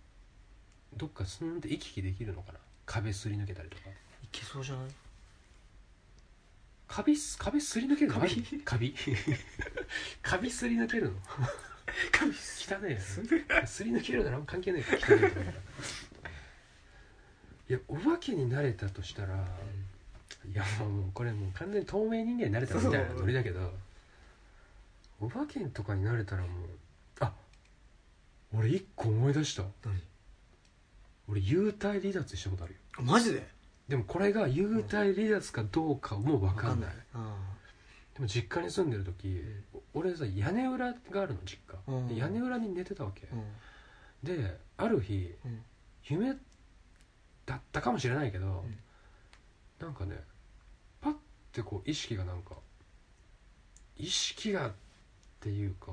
Speaker 2: どっかすんって行き来できるのかな壁すり抜けたりとか
Speaker 1: いけそうじゃない
Speaker 2: 壁す壁すり抜けるの
Speaker 1: 壁
Speaker 2: あり壁 壁すり抜けるの
Speaker 1: 神
Speaker 2: 汚ねえよすり抜けるなら関係ないから汚ねえと思うからいやお化けになれたとしたら、いやもうこれもう完全に透明人間になれたみたいなノリだけどお化けとかになれたらもうあ俺一個思い出した俺幽体離脱したことあるよ
Speaker 1: マジで
Speaker 2: でもこれが幽体離脱かどうかも分かんない
Speaker 1: あ
Speaker 2: でも実家に住んでる時、お俺さ屋根裏があるの実家、
Speaker 1: うん
Speaker 2: で屋根裏に寝てたわけ、
Speaker 1: あうん
Speaker 2: である日
Speaker 1: うん
Speaker 2: 夢だったかもしれないけど、
Speaker 1: うん
Speaker 2: なんかねパッてこう意識がなんか意識がっていうか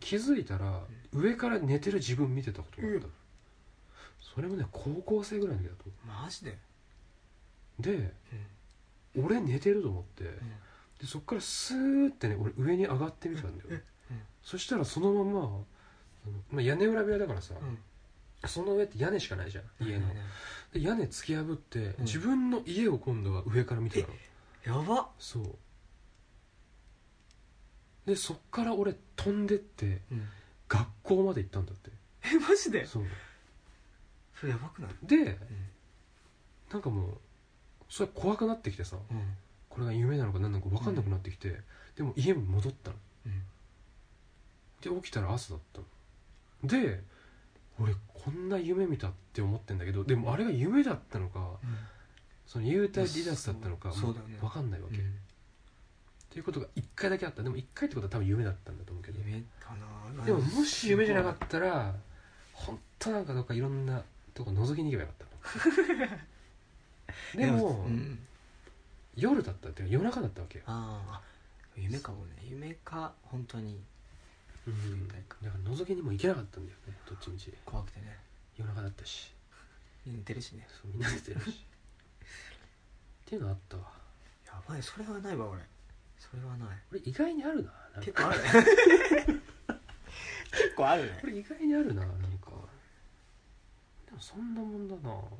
Speaker 2: 気づいたら上から寝てる自分見てたことがあったの、それもね高校生ぐらいの時だと思
Speaker 1: マジで
Speaker 2: うで俺寝てると思って、でそっからスーってね俺上に上がってみたんだよね、
Speaker 1: うんうん
Speaker 2: そしたらそのままあの、まあ、屋根裏部屋だからさ、
Speaker 1: うん
Speaker 2: その上って屋根しかないじゃん家の、で屋根突き破って、
Speaker 1: ん
Speaker 2: 自分の家を今度は上から見てたの
Speaker 1: やば
Speaker 2: そうでそっから俺飛んでって学校まで行ったんだって
Speaker 1: えマジで
Speaker 2: そう
Speaker 1: それやばくない
Speaker 2: で、なんかもうそれ怖くなってきてさ
Speaker 1: うん
Speaker 2: これが夢なのか何なのか分かんなくなってきて、でも家に戻ったので起きたら朝だったので俺こんな夢見たって思ってんだけどでもあれが夢だったのかその幽体離脱だったのか
Speaker 1: まあそうそうだよね
Speaker 2: 分かんないわけ、っていうことが1回だけあったでも1回ってことは多分夢だったんだと思うけど
Speaker 1: 夢かな
Speaker 2: でももし夢じゃなかったら本当なんかどっかいろんなとこ覗きに行けばよか ったのでも、
Speaker 1: うん
Speaker 2: 夜だったっていうか夜中だったわけよ、
Speaker 1: ああ夢かもね夢か本当に
Speaker 2: うんだから覗きにも行けなかったんだよねどっちみち
Speaker 1: 怖くてね
Speaker 2: 夜中だったし
Speaker 1: 似てるしね
Speaker 2: そうみんな寝てる しっていうのあったわ
Speaker 1: やばいそれはないわ俺それはない
Speaker 2: 俺意外にあるななんか
Speaker 1: 結構 あるね結構あるね
Speaker 2: これ意外にあるななんかでもそんなもんだなお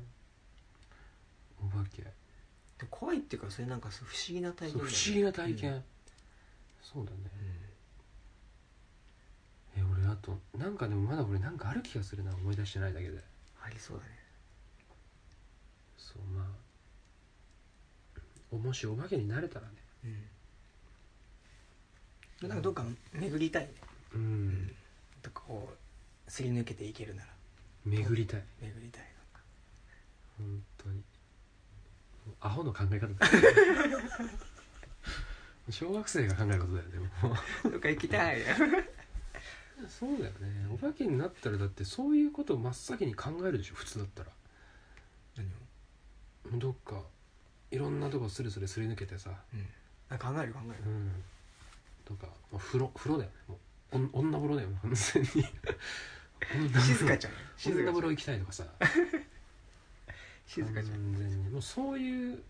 Speaker 2: 化け
Speaker 1: で怖いっていうかそれなんかそう不思議な体
Speaker 2: そ
Speaker 1: 験だ
Speaker 2: う
Speaker 1: よね
Speaker 2: 不思議な体験、そうだねえ俺あとなんかでもまだ俺なんかある気がするな思い出してないだけで
Speaker 1: ありそうだね
Speaker 2: そうまあもしお化けになれたらね
Speaker 1: うんなんかどっか巡りたいね
Speaker 2: うん
Speaker 1: どっかこうすり抜けていけるなら
Speaker 2: 巡りたい
Speaker 1: 巡りたいな
Speaker 2: 本当にアホの考え方 だ小学生が考えることだよねもう
Speaker 1: どっか行きたい
Speaker 2: そうだよねお化けになったらだってそういうことを真っ先に考えるでしょ普通だったら
Speaker 1: 何を
Speaker 2: どっかいろんなとこスルスルすり抜けてさ
Speaker 1: あ考える考える
Speaker 2: うんとか、まあ、風呂風呂だよねもうおん女風呂だよね完 全に女 風呂
Speaker 1: 静かちゃん静
Speaker 2: 女
Speaker 1: か
Speaker 2: 風
Speaker 1: ちゃ
Speaker 2: 呂
Speaker 1: ん
Speaker 2: 行きたいとかさ
Speaker 1: 静かちゃん
Speaker 2: 完全にもうそういう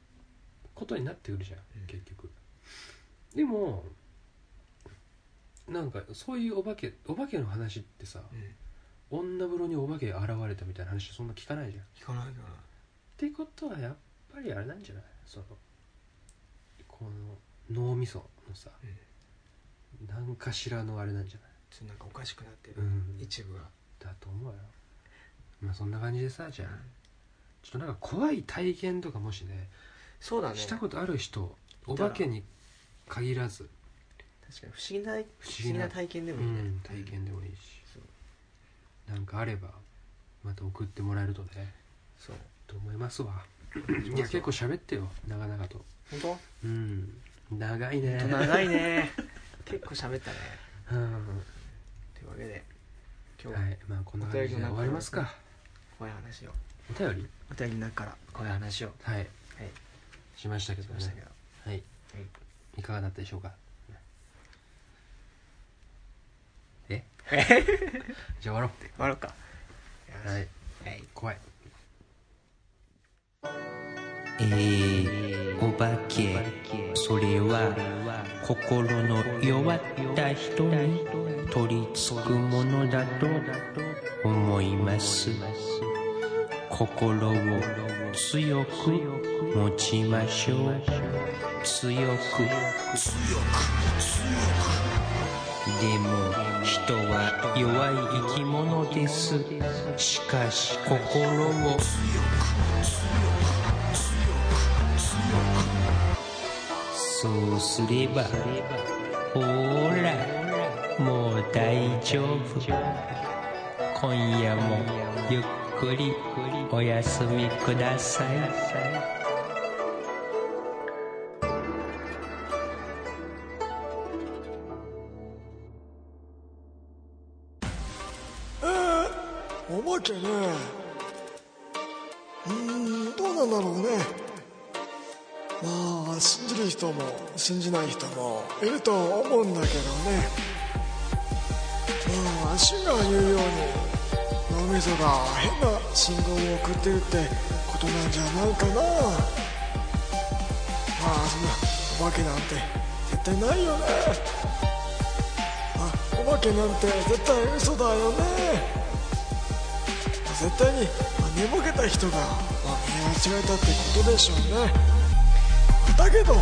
Speaker 2: ことになってくるじゃん、
Speaker 1: うん
Speaker 2: 結局でもなんかそういうお化けお化けの話ってさ、
Speaker 1: うん
Speaker 2: 女風呂にお化け現れたみたいな話そんな聞かないじゃん
Speaker 1: 聞かないかな
Speaker 2: ってことはやっぱりあれなんじゃないそのこの脳みそのさ
Speaker 1: うん
Speaker 2: 何かしらのあれなんじゃない
Speaker 1: ちょっとなんかおかしくなってる、
Speaker 2: うん
Speaker 1: 一部が
Speaker 2: だと思うよまあそんな感じでさじゃあちょっとなんか怖い体験とかもしね
Speaker 1: そうだね
Speaker 2: したことある人
Speaker 1: い
Speaker 2: お
Speaker 1: たら
Speaker 2: 化けに限らず
Speaker 1: 確かに不思議な不思
Speaker 2: 不思議
Speaker 1: 議
Speaker 2: な
Speaker 1: な体験で
Speaker 2: う
Speaker 1: もいいね、
Speaker 2: ん体験でもいいし
Speaker 1: そう
Speaker 2: なんかあればまた送ってもらえるとね
Speaker 1: そう
Speaker 2: と思いますわいや結構喋ってよ長々と
Speaker 1: 本
Speaker 2: うん長い
Speaker 1: 当
Speaker 2: ね
Speaker 1: 本当長いね結構喋ったね
Speaker 2: うん
Speaker 1: というわけで今日
Speaker 2: は、
Speaker 1: はい
Speaker 2: まあこんな感じで終わりますか。
Speaker 1: 怖い話を
Speaker 2: お便り
Speaker 1: お便りの中から怖い話をは
Speaker 2: はい、
Speaker 1: い
Speaker 2: しましたけ
Speaker 1: し
Speaker 2: ど
Speaker 1: ましたけ
Speaker 2: ね
Speaker 1: ど。
Speaker 2: はい、いかがだったでしょうか。 えじゃあ終わろ
Speaker 1: 終わろうか
Speaker 2: う。はい、
Speaker 1: い、はい、
Speaker 2: 怖い。
Speaker 3: えー、お化けそれは心の弱った人に取り付くものだと思います心を強く持ちましょう強くでも人は弱い生き物ですしかし心をそうすればほらもう大丈夫今夜もゆっくりお休みください
Speaker 4: お化けねうーんどうなんだろうねまあ信じる人も信じない人もいると思うんだけどねまあ足が言うように脳みそが変な信号を送ってるってことなんじゃないかなまあそんなお化けなんて絶対ないよねあお化けなんて絶対嘘だよね絶対に寝ぼけた人が、まあ、見間違えたってことでしょうねだけど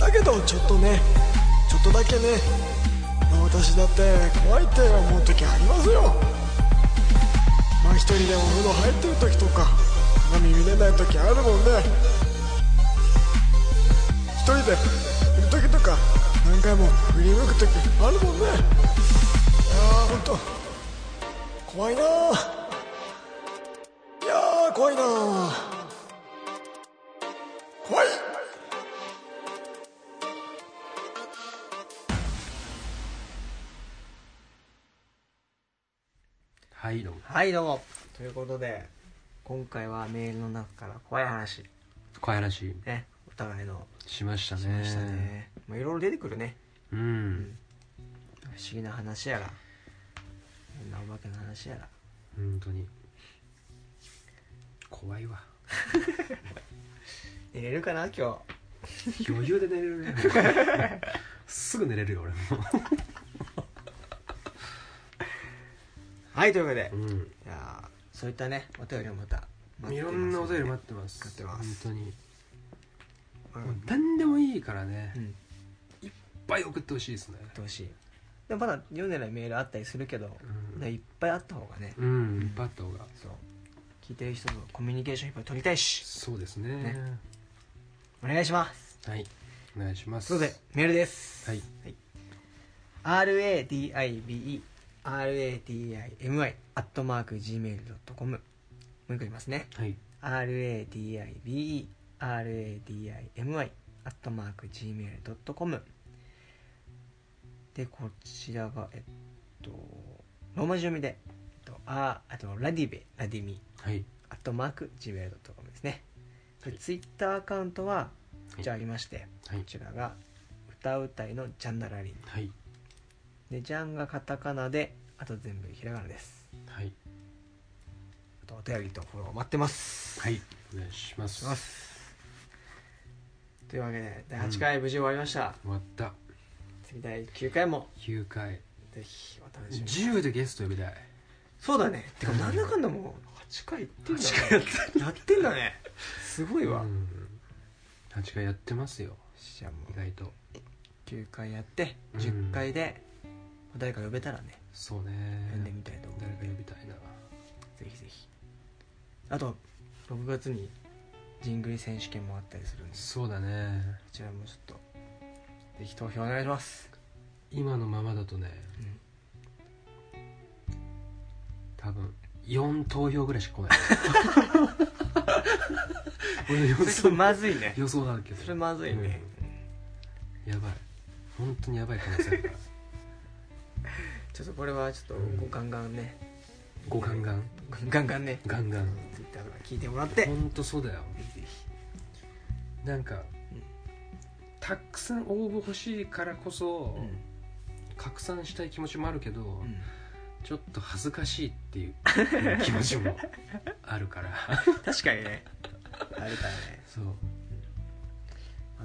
Speaker 4: だけどちょっとねちょっとだけね、まあ私だって怖いって思う時ありますよまあ一人でお風呂入ってる時とか鏡見れない時あるもんね一人でいる時とか何回も振り向く時あるもんねいやーほんと怖いなあいやあ怖いなあ怖い
Speaker 2: はい、どうも。
Speaker 1: はいどうもということで今回はメールの中から怖い話
Speaker 2: 怖い話
Speaker 1: ねお互いの
Speaker 2: しましたね。
Speaker 1: しましたねまあいろいろ出てくるね
Speaker 2: うん、
Speaker 1: 不思議な話やら変なお化けの話やら
Speaker 2: 本当に怖 いわ。
Speaker 1: 寝れるかな今日
Speaker 2: 余裕で寝れるねすぐ寝れるよ俺も
Speaker 1: はいというわけで、い
Speaker 2: ん
Speaker 1: やーそういったねお便りをまた待っ
Speaker 2: い
Speaker 1: て
Speaker 2: ろ
Speaker 1: ます
Speaker 2: んなお便り
Speaker 1: ま
Speaker 2: 待ってます
Speaker 1: 待ってます
Speaker 2: 本当に
Speaker 1: うん
Speaker 2: もう何でもいいからね、
Speaker 1: う
Speaker 2: いっ
Speaker 1: ん
Speaker 2: ぱい送ってほしいですね
Speaker 1: やってほしいでもまだ読んでないメールあったりするけど、
Speaker 2: うん
Speaker 1: ねいっぱいあった方がね、
Speaker 2: うんいっぱいあった方が
Speaker 1: そう聞いてる人とコミュニケーションいっぱい取りたいし
Speaker 2: そうですね
Speaker 1: ねお願いします
Speaker 2: はいお願いします
Speaker 1: ということでメールです
Speaker 2: はい
Speaker 1: RADIBE RADIMI アットマーク Gmail.com もう一個言いますね
Speaker 2: はい
Speaker 1: RADIBE RADIMI アットマーク Gmail.com でこちらがえっとローマ字読みで、えっと、ああとラディベラディミ
Speaker 2: はい
Speaker 1: アットマーク Gmail.com ですねでツイッターアカウントはこちらありまして、
Speaker 2: はい
Speaker 1: こちらが歌うたいのジャンダラリン
Speaker 2: はい
Speaker 1: でジャンがカタカナであと全部ひらがなです
Speaker 2: はい
Speaker 1: あとお便りとフォロー待ってます
Speaker 2: はいお願いします
Speaker 1: しますというわけで第8回無事終わりました、
Speaker 2: 終わった
Speaker 1: 次第9回も
Speaker 2: 9回
Speaker 1: ぜひお楽しみに
Speaker 2: 10でゲスト呼びたい
Speaker 1: そうだねてかなんだかんだもう8回いってんだね
Speaker 2: 8回やって
Speaker 1: やってんだねすごいわ、
Speaker 2: うん8回やってますよ
Speaker 1: じゃあも
Speaker 2: 意
Speaker 1: う
Speaker 2: 外と
Speaker 1: 9回やって
Speaker 2: うん
Speaker 1: 10回で誰か呼べたらね
Speaker 2: そうね
Speaker 1: 呼んでみたいと思う
Speaker 2: 誰か呼びたいな
Speaker 1: ぜひぜひあと6月にジングリ選手権もあったりするんでこ
Speaker 2: そうだね
Speaker 1: ちらもちょっとぜひ投票お願いします
Speaker 2: 今のままだとね、
Speaker 1: うん
Speaker 2: 多分4投票ぐらいしか 来ない俺の予
Speaker 1: それ
Speaker 2: 想
Speaker 1: まずいね
Speaker 2: 予想だけど
Speaker 1: それまずいね、
Speaker 2: うんやばい本当にやばい可能性あ るから
Speaker 1: ちょっとこれはちょっとごガンガンね、
Speaker 2: ごガンガン
Speaker 1: ガンガンね
Speaker 2: ガンガン
Speaker 1: ツイッターとか聞いてもらってぜ
Speaker 2: 本当そうだよ
Speaker 1: ひぜ
Speaker 2: なんか、
Speaker 1: うん
Speaker 2: たくさん応募欲しいからこそ、
Speaker 1: ひ、
Speaker 2: 拡散したい気持ちもあるけど、
Speaker 1: うん
Speaker 2: ちょっと恥ずかしいっていう気持ちもあ るから
Speaker 1: 確かにねあるからね、
Speaker 2: そう、
Speaker 1: ま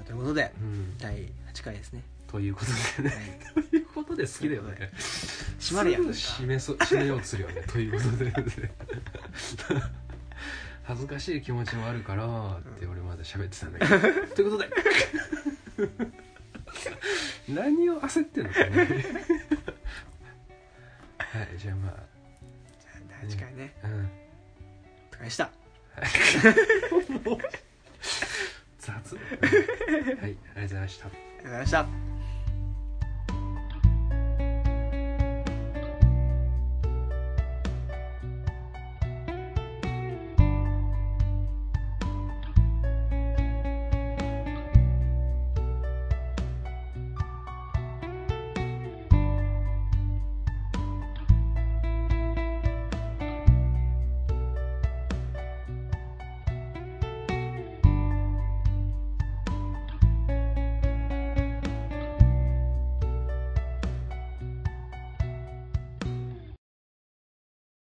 Speaker 1: あということで
Speaker 2: うん、
Speaker 1: 第8回 ですね
Speaker 2: ということで
Speaker 1: は
Speaker 2: ね
Speaker 1: い
Speaker 2: ということで好きだよね
Speaker 1: 閉まるやん
Speaker 2: すぐ締めそ締めようとするよねということで、 ね、恥ずかしい気持ちもあるからって俺まで喋ってたんだ けど、ということで何を焦ってんの かねはいじゃあま
Speaker 1: じゃあ第8回ね
Speaker 2: あ、うん、
Speaker 1: お疲れでした
Speaker 2: 雑はいありがとうございました
Speaker 1: ありがとうございました